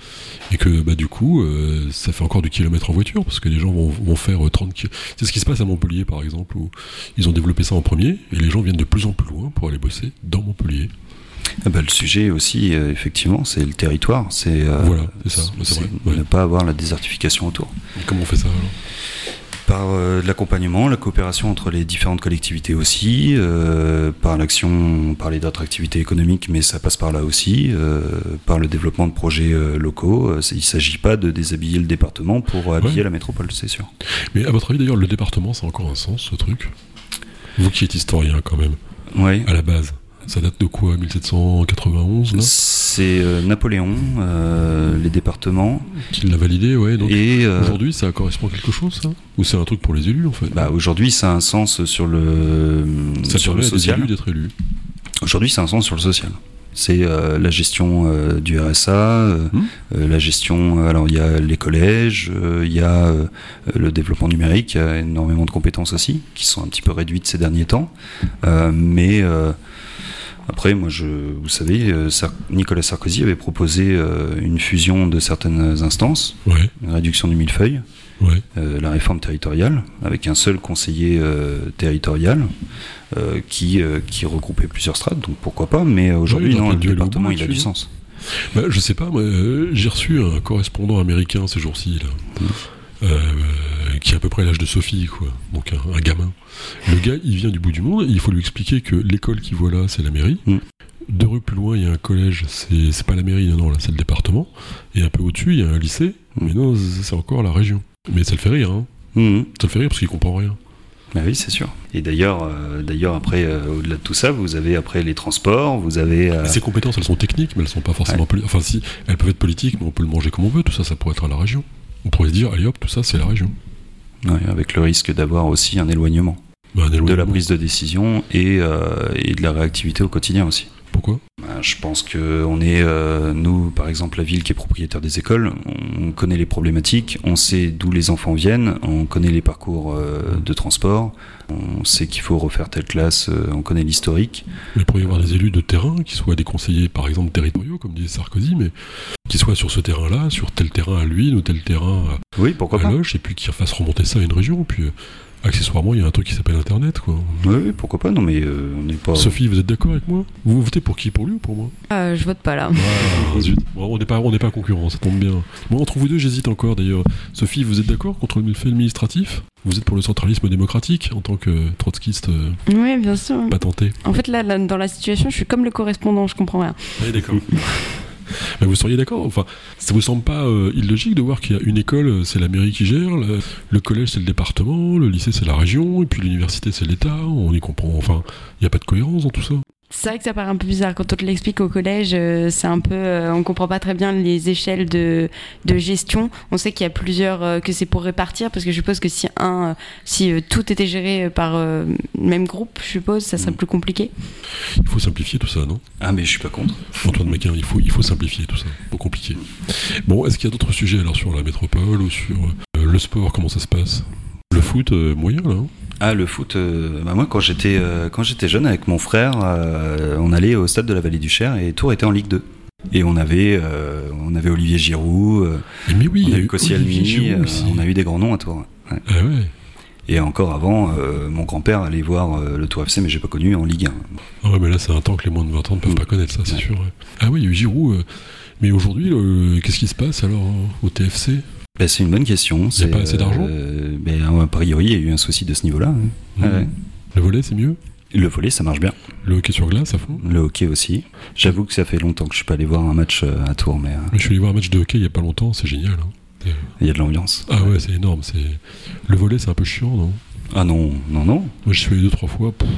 S1: et que bah, du coup, euh, ça fait encore du kilomètre en voiture, parce que les gens vont, vont faire euh, 30 km. C'est ce qui se passe à Montpellier par exemple, où ils ont développé ça en premier, et les gens viennent de plus en plus loin pour aller bosser dans Montpellier.
S3: Ah bah, le sujet aussi, euh, effectivement, c'est le territoire. C'est euh,
S1: Voilà, c'est ça, ouais, c'est vrai, ouais.
S3: ne pas avoir la désertification autour.
S1: Et comment on fait ça alors
S3: Par euh, de l'accompagnement, la coopération entre les différentes collectivités aussi, euh, par l'action, on parlait d'autres activités économiques, mais ça passe par là aussi, euh, par le développement de projets euh, locaux. Euh, Il ne s'agit pas de déshabiller le département pour habiller la métropole, c'est sûr.
S1: Mais à votre avis d'ailleurs, le département, ça a encore un sens ce truc Vous qui êtes historien quand même,
S3: Ouais.
S1: à la base, ça date de quoi 1791 là
S3: C'est euh, Napoléon, euh, les départements,
S1: Qui l'a validé, ouais. Donc
S3: et euh,
S1: aujourd'hui, ça correspond à quelque chose, ça Ou c'est un truc pour les élus en fait
S3: bah, aujourd'hui, ça a un sens sur le,
S1: Ça
S3: sur le
S1: permet à des élus
S3: social.
S1: d'être élus.
S3: Aujourd'hui, c'est un sens sur le social. C'est euh, la gestion euh, du RSA, euh,
S1: Hmm.
S3: euh, la gestion. Alors, il y a les collèges, euh, il y a euh, le développement numérique, il y a énormément de compétences aussi, qui sont un petit peu réduites ces derniers temps. Euh, mais euh, après, moi, je, vous savez, euh, Sar- Nicolas Sarkozy avait proposé euh, une fusion de certaines instances,
S1: Ouais,
S3: une réduction du millefeuille,
S1: ouais.
S3: euh, la réforme territoriale, avec un seul conseiller euh, territorial euh, qui, euh, qui regroupait plusieurs strates, donc pourquoi pas, mais aujourd'hui,
S1: Ouais, donc
S3: non,
S1: le
S3: le
S1: duel au
S3: département,
S1: bout,
S3: il a du
S1: là-dessus.
S3: sens.
S1: Bah, je sais pas, moi, euh, j'ai reçu un correspondant américain ces jours-ci, là. euh, qui a à peu près l'âge de Sophie, quoi. Donc un, un gamin. Le gars, il vient du bout du monde, et il faut lui expliquer que l'école qu'il voit là, c'est la mairie.
S3: Mm.
S1: Deux rues plus loin, il y a un collège, c'est c'est pas la mairie, non, non, là, c'est le département. Et un peu au-dessus, il y a un lycée,
S3: Mm.
S1: mais non, c'est encore la région. Mais ça le fait rire, hein.
S3: Mhm.
S1: Ça le fait rire parce qu'il comprend rien.
S3: Bah oui, c'est sûr. Et d'ailleurs, euh, d'ailleurs après, euh, au-delà de tout ça, vous avez après les transports, vous avez. euh,
S1: Ces compétences, elles sont techniques, mais elles sont pas forcément. poli- Enfin, si, elles peuvent être politiques, mais on peut le manger comme on veut. Tout ça, ça pourrait être à la région. On pourrait se dire, allez hop, tout ça, c'est la région.
S3: ouais, avec le risque d'avoir aussi un éloignement
S1: Bah, un
S3: de la
S1: éloignement.
S3: prise de décision et, euh, et de la réactivité au quotidien aussi.
S1: Pourquoi
S3: Bah, je pense que on est, euh, nous, par exemple, la ville qui est propriétaire des écoles, on connaît les problématiques, on sait d'où les enfants viennent, on connaît les parcours euh, de transport, on sait qu'il faut refaire telle classe, euh, on connaît l'historique.
S1: Il pourrait y avoir des élus de terrain qui soient des conseillers, par exemple, territoriaux, comme disait Sarkozy, mais qui soient sur ce terrain-là, sur tel terrain à Luynes ou tel terrain
S3: Oui,
S1: à,
S3: pourquoi
S1: à
S3: pas
S1: Loche, et puis qui fassent remonter ça à une région. Puis, euh, accessoirement, il y a un truc qui s'appelle Internet, quoi.
S3: Oui, oui, pourquoi pas Non, mais euh, on n'est pas.
S1: Sophie, vous êtes d'accord avec moi Vous votez pour qui Pour lui ou pour moi
S2: Ah, je vote pas là.
S1: Ah, zut. Bon, on n'est pas, on n'est pas concurrents, ça tombe bien. Moi, entre vous deux, j'hésite encore d'ailleurs. Sophie, vous êtes d'accord contre le fait administratif Vous êtes pour le centralisme démocratique en tant que trotskiste euh,
S2: Oui, bien sûr.
S1: patenté
S2: En fait, là, là, dans la situation, je suis comme le correspondant, je comprends rien.
S1: d'accord. vous seriez d'accord Enfin, ça vous semble pas euh, illogique de voir qu'il y a une école, euh, c'est la mairie qui gère, le, le collège c'est le département, le lycée c'est la région, et puis l'université c'est l'État. On y comprend. Enfin, il n'y a pas de cohérence dans tout ça.
S2: C'est vrai que ça paraît un peu bizarre quand on te l'explique au collège. euh, c'est un peu, euh, on comprend pas très bien les échelles de, de gestion. On sait qu'il y a plusieurs, euh, que c'est pour répartir, parce que je suppose que si un, euh, si euh, tout était géré euh, par euh, le même groupe, je suppose, ça serait
S3: Mm.
S2: plus compliqué.
S1: Il faut simplifier tout ça, non
S3: Ah, mais je suis pas contre.
S1: Antoine Macaire, il faut, il faut simplifier tout ça, trop compliqué. Bon, est-ce qu'il y a d'autres sujets alors sur la métropole ou sur euh, le sport, comment ça se passe Le foot euh, moyen là hein
S3: Ah le foot, euh, bah moi quand j'étais euh, quand j'étais jeune avec mon frère, euh, on allait au stade de la Vallée du Cher et Tours était en Ligue 2. Et on avait euh, on avait Olivier Giroud, euh,
S1: Et Mais oui,
S3: on
S1: il y
S3: a
S1: a
S3: eu
S1: eu Olivier
S3: Koscielny,
S1: Giroud
S3: euh,
S1: aussi.
S3: on a eu des grands noms à Tours. Ouais.
S1: Ah ouais,
S3: Et encore avant, euh, mon grand-père allait voir euh, le Tour FC, mais j'ai pas connu en Ligue 1.
S1: Ah ouais, mais là c'est un temps que les moins de 20 ans ne peuvent
S3: Mm.
S1: pas connaître ça, c'est
S3: Ouais.
S1: sûr. ouais. Ah oui, il y a eu Giroud. euh, mais aujourd'hui, euh, qu'est-ce qui se passe alors hein, au TFC
S3: Bah, c'est une bonne question. c'est,
S1: pas assez
S3: euh,
S1: d'argent
S3: ben, A priori, il y a eu un souci de ce niveau-là. hein.
S1: Mm.
S3: Ouais.
S1: Le volet c'est mieux
S3: Le volet, ça marche bien.
S1: Le hockey sur glace à fond
S3: Le hockey aussi. J'avoue que ça fait longtemps que je suis pas allé voir un match euh, à Tours, mais euh,
S1: Mais Je suis allé voir un match de hockey il y a pas longtemps, c'est génial. hein.
S3: il y a de l'ambiance.
S1: Ah ouais, c'est énorme. c'est Le volet c'est un peu chiant, non
S3: Ah non, non, non.
S1: Moi je suis allé deux, trois fois. Pouf.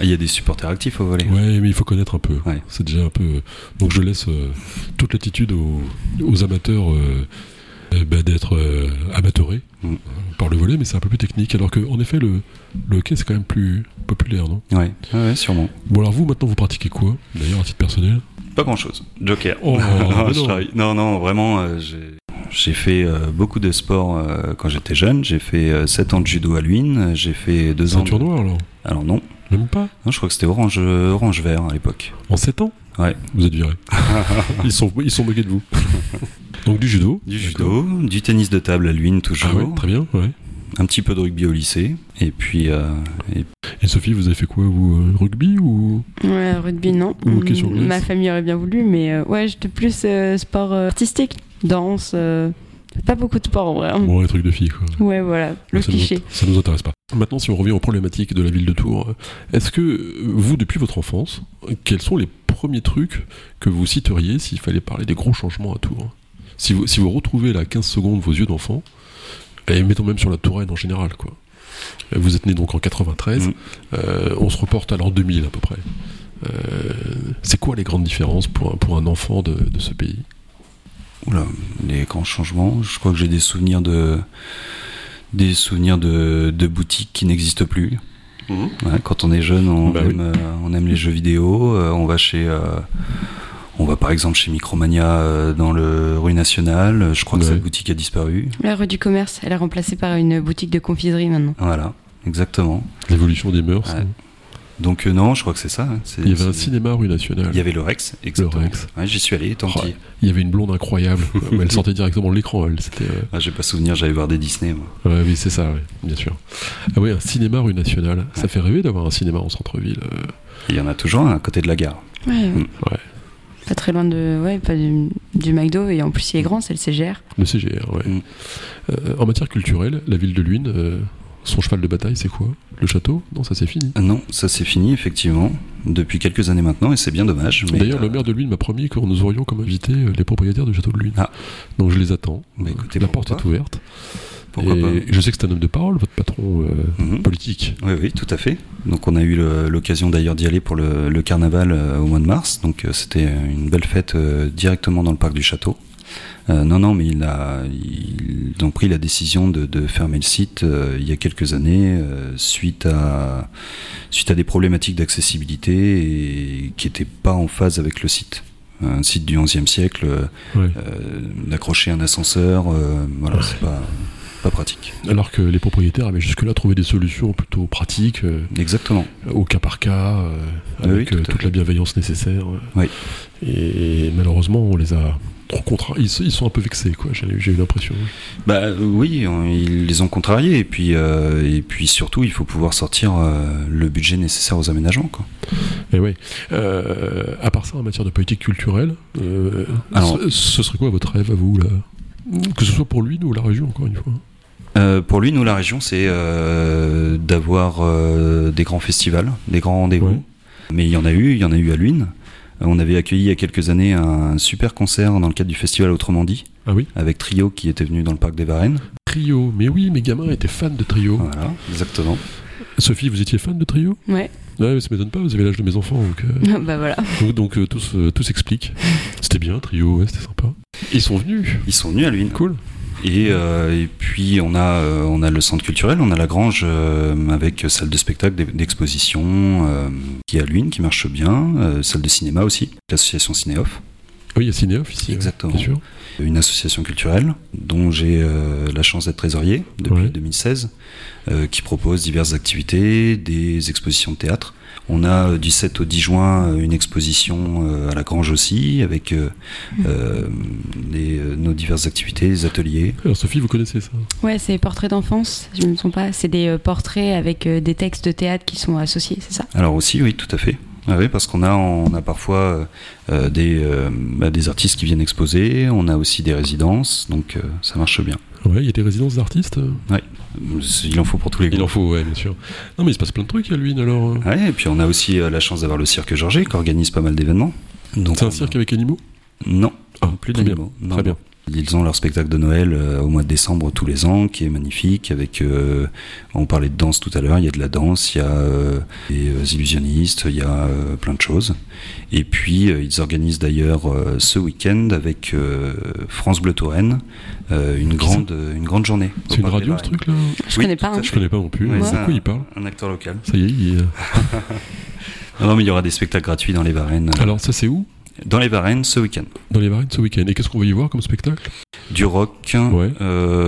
S3: Ah, Il y a des supporters actifs au volet.
S1: Ouais, mais il faut connaître un peu.
S3: Ouais.
S1: C'est déjà un peu. Donc je laisse euh, toute l'attitude aux, aux amateurs euh, euh, bah, d'être euh, amateuré
S3: Mm.
S1: par le volet, mais c'est un peu plus technique. Alors que, en effet, le, le hockey, c'est quand même plus populaire, non
S3: Ouais, Ah ouais, ouais, sûrement.
S1: Bon, alors vous, maintenant, vous pratiquez quoi D'ailleurs, à titre personnel
S3: Pas grand chose. Joker.
S1: Oh, mais
S3: Je
S1: non.
S3: travaille. non, non, vraiment, euh, j'ai- j'ai fait euh, beaucoup de sports euh, quand j'étais jeune. J'ai fait 7 ans de judo à Luynes, j'ai fait 2 ans.
S1: Ceinture
S3: de-
S1: noire, alors
S3: Alors non,
S1: Même pas
S3: non, je crois que c'était orange, euh, orange vert à l'époque.
S1: En 7 ans
S3: Ouais.
S1: Vous êtes viré. ils, sont, ils sont moqués de vous. Donc, du judo.
S3: Du
S1: D'accord.
S3: judo, du tennis de table à Luynes toujours,
S1: Ah ouais, très bien, ouais.
S3: un petit peu de rugby au lycée, et puis euh, et-
S1: Et Sophie, vous avez fait quoi, vous euh, Rugby ou
S2: Ouais, rugby, non.
S1: Ou hockey sur glace.
S2: Ma famille aurait bien voulu, mais euh, ouais, j'étais plus euh, sport euh, artistique, danse, euh, pas beaucoup de sport en vrai. hein.
S1: Bon, les trucs de filles, quoi.
S2: Ouais, voilà, le
S1: ça
S2: cliché.
S1: Nous, ça nous intéresse pas. Maintenant, si on revient aux problématiques de la ville de Tours, est-ce que euh, vous, depuis votre enfance, quels sont les premiers trucs que vous citeriez s'il fallait parler des gros changements à Tours si vous, si vous retrouvez la 15 secondes vos yeux d'enfant, et mettons même sur la Touraine en général, quoi. Vous êtes né donc en 93,
S3: Mm.
S1: euh, on se reporte à l'an 2000 à peu près. Euh, c'est quoi les grandes différences pour un, pour un enfant de, de ce pays
S3: Oula, les grands changements. Je crois que j'ai des souvenirs de des souvenirs de, de boutiques qui n'existent plus. Ouais, quand on est jeune, on,
S1: Bah oui.
S3: aime, euh, on aime les jeux vidéo. euh, on va chez, euh, on va par exemple chez Micromania euh, dans le rue nationale. euh, Je crois que
S1: Ouais.
S3: cette boutique a disparu.
S2: La rue du commerce, elle est remplacée par une boutique de confiserie maintenant.
S3: Voilà, exactement.
S1: L'évolution des mœurs.
S3: Ouais.
S1: hein.
S3: Donc euh, non, je crois que c'est ça. hein. C'est-
S1: Il y avait un
S3: c'est-
S1: cinéma rue nationale.
S3: il y avait le Rex, exactement.
S1: Rex.
S3: Ouais, J'y suis allé, tant
S1: Oh,
S3: pis.
S1: Il y avait une blonde incroyable. Ouais, elle sortait directement de l'écran, elle. C'était. euh,
S3: Ah, j'ai pas souvenir, j'allais voir des Disney. Moi.
S1: Ouais, oui, c'est ça, ouais, bien sûr. Ah oui, un cinéma rue nationale. Ça fait rêver d'avoir un cinéma en centre-ville. euh,
S3: Il y en a toujours un à côté de la gare.
S2: Ouais,
S1: Mm, ouais.
S2: pas très loin de, ouais, pas du, du McDo et en plus il est grand, c'est le CGR.
S1: Le CGR, ouais.
S3: Mm.
S1: Euh, en matière culturelle, la ville de Luynes, euh, son cheval de bataille, c'est quoi Le château Non, ça c'est fini.
S3: Euh, Non, ça c'est fini, effectivement, depuis quelques années maintenant, et c'est bien dommage. mais,
S1: D'ailleurs, le
S3: euh,
S1: maire de Luynes m'a promis que nous aurions comme invités euh, les propriétaires du château de Luynes.
S3: Ah.
S1: Donc je les attends.
S3: Bah, écoutez,
S1: la porte
S3: pourquoi
S1: est ouverte.
S3: Pourquoi
S1: et
S3: pas
S1: je sais que c'est un homme de parole, votre patron euh,
S3: Mhm.
S1: politique.
S3: Oui, oui, tout à fait. Donc on a eu le- l'occasion d'ailleurs d'y aller pour le, le carnaval euh, au mois de mars. Donc euh, c'était une belle fête euh, directement dans le parc du château. Euh, non, non, mais il a ils ont pris la décision de, de fermer le site euh, il y a quelques années euh, suite à suite à des problématiques d'accessibilité et qui n'étaient pas en phase avec le site. Un site du XIe siècle, euh,
S1: Ouais.
S3: euh, d'accrocher un ascenseur, euh, voilà, c'est pas pas pratique.
S1: Alors que les propriétaires avaient jusque-là trouvé des solutions plutôt pratiques. euh,
S3: Exactement.
S1: au cas par cas, euh,
S3: Oui,
S1: avec
S3: tout
S1: euh,
S3: à
S1: toute
S3: fait.
S1: la bienveillance nécessaire.
S3: Oui.
S1: Et malheureusement, on les a trop contraints. Ils, se- ils sont un peu vexés, quoi. J'ai j'ai eu l'impression.
S3: Bah euh, oui, on- ils les ont contrariés et puis euh, et puis surtout il faut pouvoir sortir euh, le budget nécessaire aux aménagements quoi.
S1: Et ouais. Euh, à part ça, en matière de politique culturelle, euh,
S3: Alors-
S1: ce, ce serait quoi votre rêve à vous là que ce soit pour lui ou la région, encore une fois.
S3: Euh, pour lui, nous la région, c'est euh, d'avoir euh, des grands festivals, des grands rendez-vous.
S1: Ouais.
S3: Mais il y en a eu, il y en a eu à Luynes. Euh, On avait accueilli il y a quelques années un super concert dans le cadre du festival Autrement dit,
S1: Ah oui
S3: avec Trio qui était venu dans le parc des Varennes.
S1: Trio, mais oui, mes gamins étaient fans de Trio.
S3: Voilà, exactement.
S1: Sophie, vous étiez fan de Trio
S2: Ouais,
S1: Ouais, mais ça m'étonne pas, vous avez l'âge de mes enfants, donc, euh,
S2: bah voilà.
S1: donc, donc, euh, tout, se- tout s'explique. C'était bien, Trio, ouais, c'était sympa. Ils sont venus,
S3: Ils sont venus à Luynes.
S1: cool.
S3: Et, euh, et puis on a, euh, on a le centre culturel, on a la grange euh, avec salle de spectacle, d'e- d'exposition, euh, qui est à Lune, qui marche bien, euh, salle de cinéma aussi, l'association Cinéoff,
S1: Ah Oui, il y a Cinéoff ici. ouais,
S3: Exactement.
S1: bien sûr.
S3: une association culturelle dont j'ai euh, la chance d'être trésorier depuis
S1: Ouais.
S3: 2016, euh, qui propose diverses activités, des expositions de théâtre. On a euh, du 7 au 10 juin euh, une exposition euh, à la grange aussi, avec euh, euh, les- euh, nos diverses activités, les ateliers.
S1: Alors Sophie, vous connaissez ça
S2: Ouais, c'est portraits d'enfance, je ne me trompe pas. C'est des euh, portraits avec euh, des textes de théâtre qui sont associés, c'est ça
S3: Alors aussi, oui, tout à fait. Ah oui, parce qu'on a, on a parfois euh, euh, des, euh, bah, des artistes qui viennent exposer, on a aussi des résidences, donc euh, ça marche bien.
S1: Ouais, il y a des résidences d'artistes. euh.
S3: Il en faut pour tous les
S1: Il
S3: goûts.
S1: en faut, ouais, bien sûr. Non, mais il se passe plein de trucs à Luynes alors. euh.
S3: Ouais, et puis on a aussi euh, la chance d'avoir le cirque Georgé qui organise pas mal d'événements. Donc
S1: C'est
S3: on
S1: un
S3: a-
S1: cirque avec animaux
S3: Non,
S1: Ah,
S3: plus
S1: très bien.
S3: d'animaux. Non,
S1: Très bien.
S3: non. Ils ont leur spectacle de Noël euh, au mois de décembre tous les ans, qui est magnifique. Avec, euh, on parlait de danse tout à l'heure. Il y a de la danse, il y a euh, des euh, illusionnistes, il y a euh, plein de choses. Et puis euh, ils organisent d'ailleurs euh, ce week-end avec euh, France Bleu Touraine euh, une grande une grande journée. au
S1: C'est une
S3: Parc des
S1: radio ce
S3: Varennes.
S1: truc là
S2: Je
S3: Oui,
S2: connais pas.
S3: tout à
S2: hein.
S1: Je connais pas non plus.
S3: Ouais,
S1: De
S3: c'est
S1: quoi
S3: un-
S1: il parle
S3: Un acteur local.
S1: Ça y est, euh. il est-
S3: Non, non, mais il y aura des spectacles gratuits dans les Varennes. euh,
S1: Alors ça c'est où
S3: Dans les Varennes ce week-end.
S1: Dans les Varennes ce week-end. Et qu'est-ce qu'on va y voir comme spectacle
S3: du rock.
S1: Ouais.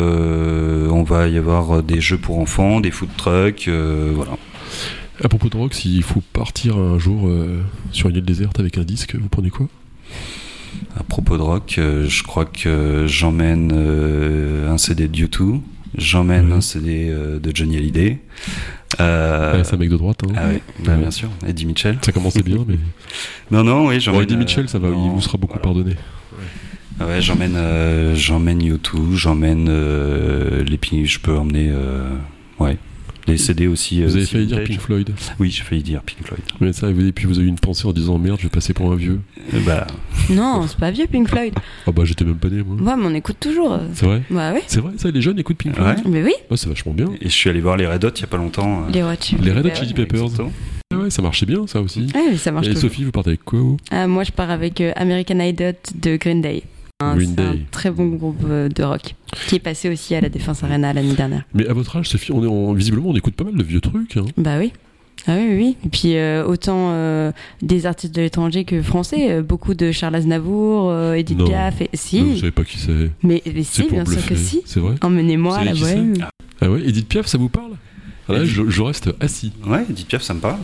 S3: Euh, on va y avoir des jeux pour enfants, des food trucks, euh, voilà.
S1: À propos de rock, s'il faut partir un jour euh, sur une île déserte avec un disque, vous prenez quoi
S3: À propos de rock, euh, je crois que j'emmène euh, un CD de U2, j'emmène
S1: Ouais.
S3: un CD euh, de Johnny Hallyday. Euh,
S1: Ouais, C'est un mec de droite. hein.
S3: ah ouais, bah,
S1: Ouais.
S3: bien sûr, Eddie Mitchell.
S1: Ça commençait bien, mais.
S3: Non, non, oui,
S1: Bon,
S3: j'emmène.
S1: Eddie
S3: euh,
S1: Mitchell, ça va, il
S3: non,
S1: vous sera beaucoup
S3: voilà.
S1: pardonné.
S3: Ah Ouais, j'emmène, euh, j'emmène U2, j'emmène euh, les Pink- je peux emmener, euh, ouais, les CD aussi.
S1: Vous
S3: euh,
S1: avez failli dire
S3: vintage.
S1: Pink Floyd.
S3: Oui, j'ai failli dire Pink Floyd.
S1: Mais ça, et puis vous avez eu une pensée en disant merde, je vais passer pour un vieux.
S3: Euh, Bah,
S2: Non, c'est pas vieux Pink Floyd.
S1: Ah bah j'étais même pas né, moi.
S2: Ouais, mais on écoute toujours.
S1: C'est vrai
S2: Bah oui.
S1: C'est vrai, ça, les jeunes écoutent Pink Floyd
S3: ouais.
S2: Mais oui,
S1: Ouais, c'est vachement bien.
S3: Et je suis allé voir les Red Hot il y a pas longtemps. euh,
S2: les Red Chili
S1: Les Red Hot
S2: Peppers.
S1: Chili Peppers.
S3: exactement.
S1: Ah ouais, ça marchait bien, ça aussi.
S2: Ouais, mais ça marche
S1: Et
S2: toujours.
S1: Sophie, vous partez avec quoi vous
S2: Ah, moi, je pars avec euh, American Idiot de Green Day. Un-
S1: Green
S2: c'est un
S1: Day.
S2: très bon groupe euh, de rock qui est passé aussi à la Défense Arena l'année dernière.
S1: Mais à votre âge, Sophie, on est en- visiblement, on écoute pas mal de vieux trucs. hein.
S2: Bah oui. Ah oui, oui, oui. Et puis euh, autant euh, des artistes de l'étranger que français, euh, beaucoup de Charles Aznavour, euh, Edith
S1: Non.
S2: Piaf. et- Si,
S1: Vous savez pas qui c'est
S2: mais,
S1: C'est
S2: mais si,
S1: pour
S2: bien sûr
S1: bluffer.
S2: que si.
S1: C'est vrai
S2: Emmenez-moi
S1: Vous
S2: à la
S1: savez qui
S2: bohème.
S1: Ah ouais, Edith Piaf, ça vous parle Ah là, je, je reste assis.
S3: Ouais, Edith Piaf, ça me parle.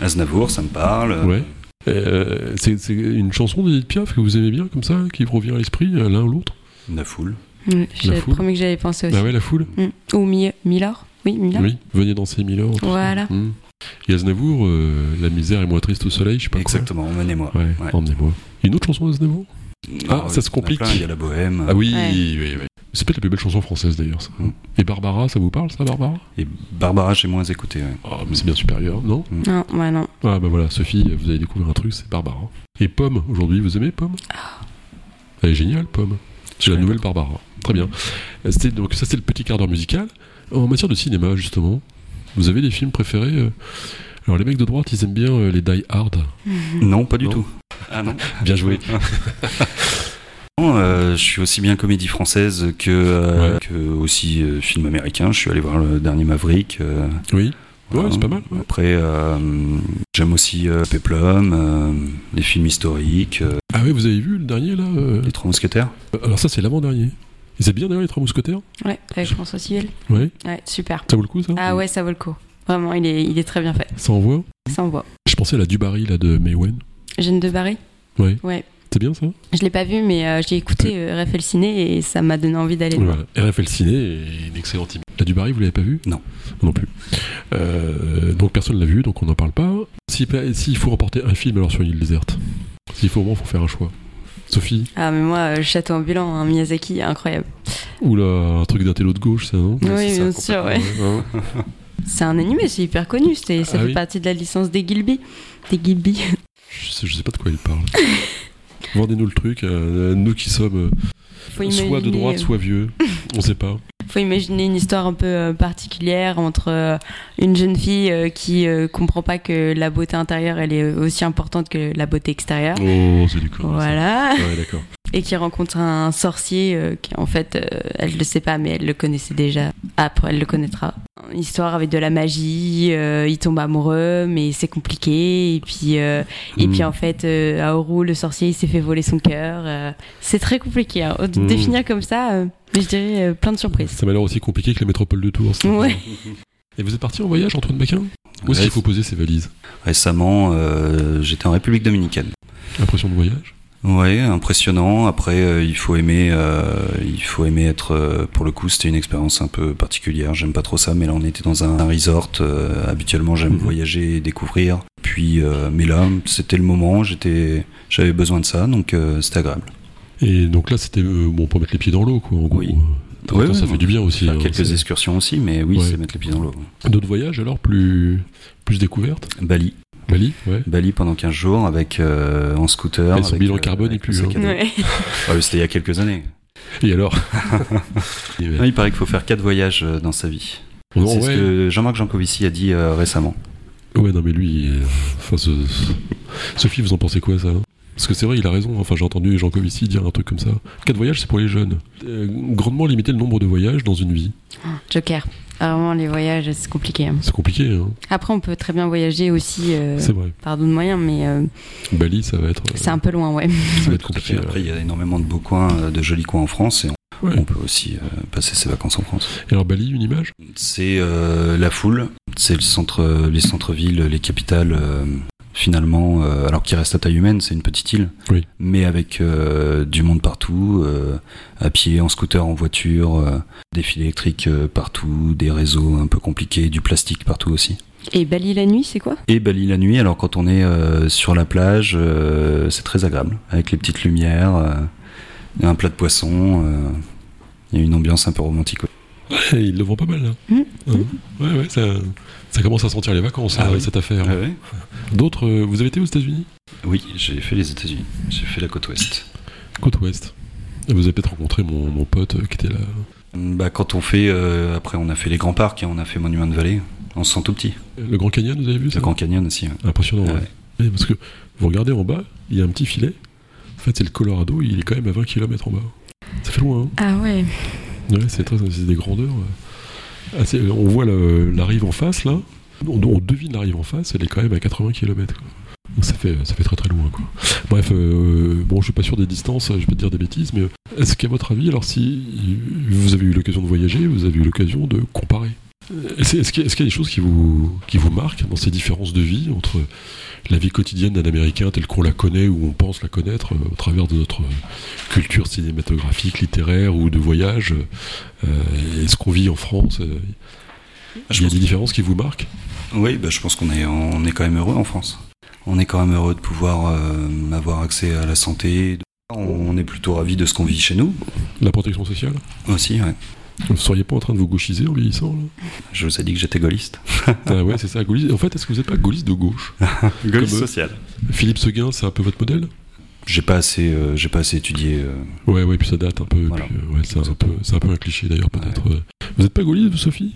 S3: Aznavour, ça me parle. euh,
S1: Ouais. Euh, c'est c'est une chanson d'Edith Piaf que vous aimez bien comme ça, qui vous revient à l'esprit euh, l'un ou l'autre
S3: La foule.
S2: Mm, C'est
S1: La
S2: le
S1: foule.
S2: premier que j'avais pensé aussi.
S1: Ah ouais, la foule
S2: Mm. Ou Mi- Milor. Oui, Milor.
S1: Oui, venez danser Milord.
S2: Voilà.
S1: Hmm. Et Aznavour, euh, La misère est moins triste au soleil, je sais pas
S3: Exactement, emmenez-moi.
S1: quoi. Ouais,
S3: Ouais.
S1: emmenez-moi. Une autre chanson d'Aznavour Ah,
S3: Oh,
S1: ça se
S3: il y en a
S1: complique.
S3: plein, Il y a la bohème.
S1: Ah oui,
S2: Ouais.
S1: oui, oui. C'est peut-être la plus belle chanson française d'ailleurs, ça. hein.
S3: Mm.
S1: Et Barbara, ça vous parle ça, Barbara
S3: Et Barbara, j'ai moins écouté. ouais.
S1: Ah, mais c'est bien supérieur, non
S2: Non, ouais, non.
S1: Ah, bah voilà, Sophie, vous avez découvert un truc, c'est Barbara. Et Pomme, aujourd'hui, vous aimez Pomme Elle est géniale, Pomme. C'est la
S3: Ouais.
S1: nouvelle Barbara. Très bien. Euh, C'était, donc, ça, c'est le petit quart d'heure musical. En matière de cinéma, justement, vous avez des films préférés euh, Alors, les mecs de droite, ils aiment bien euh, les Die Hard. Mm.
S3: Non, pas du
S1: Non.
S3: tout. Ah non.
S1: Bien joué.
S3: Non, euh, je suis aussi bien comédie française que, euh,
S1: Ouais.
S3: que aussi euh, film américain. Je suis allé voir le dernier Maverick. euh,
S1: Oui. Ouais,
S3: voilà.
S1: c'est pas mal. ouais.
S3: Après, euh, j'aime aussi euh, Peplum, euh, les films historiques, euh,
S1: Ah oui, vous avez vu le dernier, là euh,
S3: les Trois Mousquetaires.
S1: Alors, ça, c'est l'avant-dernier. Ils aiment bien d'ailleurs les trois mousquetaires
S2: Ouais, avec François Civil.
S1: Ouais.
S2: Ouais, super.
S1: Ça vaut le coup, ça
S2: Ah ouais, ça vaut le coup. Vraiment, il est, il est très bien fait.
S1: Ça envoie
S2: Ça envoie.
S1: Je pensais à la Dubarry, là, de Maywen.
S2: Jeanne de Barry
S1: Ouais.
S2: Ouais.
S1: C'est bien, ça
S2: Je l'ai pas vu, mais euh, j'ai écouté euh, RFL Ciné et ça m'a donné envie d'aller le voir.
S1: Voilà. RFL Ciné est une excellente image. La Dubarry, vous l'avez pas vue
S3: Non.
S1: Non plus. Euh, donc personne ne l'a vue, donc on n'en parle pas. Si- S'il faut remporter un film, alors sur une île déserte. S'il faut au moins, il faut faire un choix. Sophie
S2: Ah, mais moi, euh, Château Ambulant, hein, Miyazaki, incroyable.
S1: Ou là, un truc d'intello de gauche, ça, non
S3: Ouais,
S2: oui,
S3: c'est ça,
S2: bien sûr, ouais.
S1: hein.
S2: C'est un animé, c'est hyper connu. c'est- Ça
S1: Ah
S2: fait
S1: oui.
S2: partie de la licence des Gilby. Des Gilby.
S1: je, sais, je sais pas de quoi il parle. Vendez-nous le truc, euh, nous qui sommes euh,
S2: Faut
S1: soit de
S2: imaginer,
S1: droite,
S2: euh,
S1: soit vieux, on sait pas.
S2: faut imaginer une histoire un peu euh, particulière entre euh, une jeune fille euh, qui euh, comprend pas que la beauté intérieure elle est aussi importante que la beauté extérieure.
S1: Oh, c'est du con. ça.
S2: Voilà.
S1: Ouais, d'accord.
S2: Et qui rencontre un sorcier euh, qui, en fait, euh, elle le sait pas, mais elle le connaissait déjà. Après, elle le connaîtra. Une histoire avec de la magie, euh, il tombe amoureux, mais c'est compliqué. Et puis, euh, et
S1: Mm.
S2: puis en fait, euh, à Oru, le sorcier, il s'est fait voler son cœur. euh, c'est très compliqué. hein. De
S1: Mm.
S2: définir comme ça, euh, mais je dirais euh, plein de surprises.
S1: Ça m'a l'air aussi compliqué que la métropole de Tours. ça.
S2: Ouais.
S1: Et vous êtes parti en voyage, Antoine Baquin Où est-ce qu'il faut poser ses valises
S3: Récemment, euh, j'étais en République dominicaine.
S1: Impression de voyage
S3: Ouais, impressionnant. Après, euh, il faut aimer, euh, il faut aimer être. euh, pour le coup, c'était une expérience un peu particulière. J'aime pas trop ça, mais là, on était dans un, un resort. euh, habituellement, j'aime
S1: Mhm.
S3: voyager et découvrir. Puis, euh, mais là, c'était le moment. J'étais, j'avais besoin de ça, donc euh, c'était agréable.
S1: Et donc là, c'était euh, bon pour mettre les pieds dans l'eau, quoi. En gros,
S3: Oui.
S1: Euh, de temps en temps, ça fait du bien aussi.
S3: Faire
S1: hein,
S3: quelques
S1: c'est-
S3: excursions aussi, mais oui,
S1: Ouais.
S3: c'est mettre les pieds dans l'eau.
S1: D'autres voyages alors plus plus découvertes.
S3: Bali,
S1: Bali, ouais.
S3: Bali pendant 15 jours avec euh, en scooter.
S1: Et son
S3: avec,
S1: bilan
S3: euh,
S1: carbone
S3: avec
S1: est plus, hein.
S3: le sac à dos.
S2: Ouais.
S3: Ah, mais c'était il y a quelques années.
S1: Et alors
S3: Non, il paraît qu'il faut faire quatre voyages euh, dans sa vie.
S1: Non,
S3: c'est ce
S1: ouais.
S3: que Jean-Marc Jancovici a dit euh, récemment.
S1: Ouais, non, mais lui. euh, Enfin, ce- ce- Sophie, vous en pensez quoi, ça hein Parce que c'est vrai, il a raison. Enfin, j'ai entendu Jean Covici dire un truc comme ça. Quatre voyages, c'est pour les jeunes. Euh, grandement limiter le nombre de voyages dans une vie.
S2: Joker. Ah, Vraiment, les voyages, c'est compliqué. hein.
S1: C'est compliqué, hein
S2: Après, on peut très bien voyager aussi, euh,
S1: C'est vrai.
S2: par d'autres moyens, mais euh,
S1: Bali, ça va être. euh,
S2: c'est un peu loin, ouais.
S1: ça va être
S3: Tout à
S1: compliqué.
S3: fait. Après, il y a énormément de beaux coins, euh, de jolis coins en France, et on,
S1: Ouais.
S3: on peut aussi euh, passer ses vacances en France.
S1: Et alors, Bali, une image
S3: C'est euh, la foule, c'est le centre, euh, les centres-villes, les capitales. euh, Finalement, euh, alors qu'il reste à taille humaine, c'est une petite île,
S1: Oui.
S3: mais avec euh, du monde partout, euh, à pied, en scooter, en voiture, euh, des fils électriques euh, partout, des réseaux un peu compliqués, du plastique partout aussi.
S2: Et Bali la nuit, c'est quoi
S3: Et Bali la nuit, alors quand on est euh, sur la plage, euh, c'est très agréable, avec les petites lumières, euh, et un plat de poisson, euh, il y a une ambiance un peu romantique.
S1: Ouais, il Eh, le vend pas mal, là.
S2: Mhm.
S1: Hein ouais, ouais, ça, ça commence à sentir les vacances,
S3: Ah
S1: hein,
S3: oui.
S1: cette affaire. D'autres, euh, vous avez été aux États-Unis
S3: Oui, j'ai fait les États-Unis, j'ai fait la côte ouest.
S1: Côte Ouest. Et Vous avez peut-être rencontré mon, mon pote euh, qui était là.
S3: Bah, quand on fait, euh, après on a fait les grands parcs, et on a fait Monument de Vallée, on se sent tout petit.
S1: Le Grand Canyon, vous avez vu ça
S3: Le Grand Canyon aussi. ouais. Euh,
S1: Impressionnant, ouais.
S3: Ouais.
S1: Oui, parce que vous regardez en bas, il y a un petit filet. En fait, c'est le Colorado, il est quand même à 20 km en bas. Ça fait loin, hein
S2: Ah ouais.
S1: Ouais, c'est très- c'est des grandeurs. ouais. Ah, c'est- on voit le- la rive en face, là. On, on devine la rive en face, elle est quand même à 80 km. Ça fait, ça fait très très loin. Quoi. Bref, euh, bon, je suis pas sûr des distances, je vais te dire des bêtises, mais euh, est-ce qu'à votre avis, alors si vous avez eu l'occasion de voyager, vous avez eu l'occasion de comparer Est-ce est-ce qu'il y, a- est-ce qu'il y a des choses qui vous, qui vous marquent dans ces différences de vie entre la vie quotidienne d'un Américain telle qu'on la connaît ou on pense la connaître euh, au travers de notre culture cinématographique, littéraire ou de voyage euh, et ce qu'on vit en France euh,
S3: Je
S1: Il y a
S3: pense-
S1: des différences qui vous marquent
S3: Oui, bah, je pense qu'on est, on est quand même heureux en France. On est quand même heureux de pouvoir euh, avoir accès à la santé. On est plutôt ravis de ce qu'on vit chez nous
S1: La protection sociale
S3: aussi. ouais.
S1: Vous ne seriez pas en train de vous gauchiser en vieillissant là
S3: Je vous ai dit que j'étais gaulliste.
S1: Ah ouais, c'est ça, gaulliste. En fait, est-ce que vous n'êtes pas gaulliste de gauche Gaulliste
S3: social.
S1: Philippe Seguin, c'est un peu votre modèle
S3: J'ai pas assez, euh, j'ai pas assez étudié. euh,
S1: Ouais, ouais, puis ça date un peu.
S3: Voilà.
S1: puis, euh, ouais, c'est un, peu- c'est un peu un cliché d'ailleurs, peut-être. euh. Vous n'êtes pas gaulliste, vous, Sophie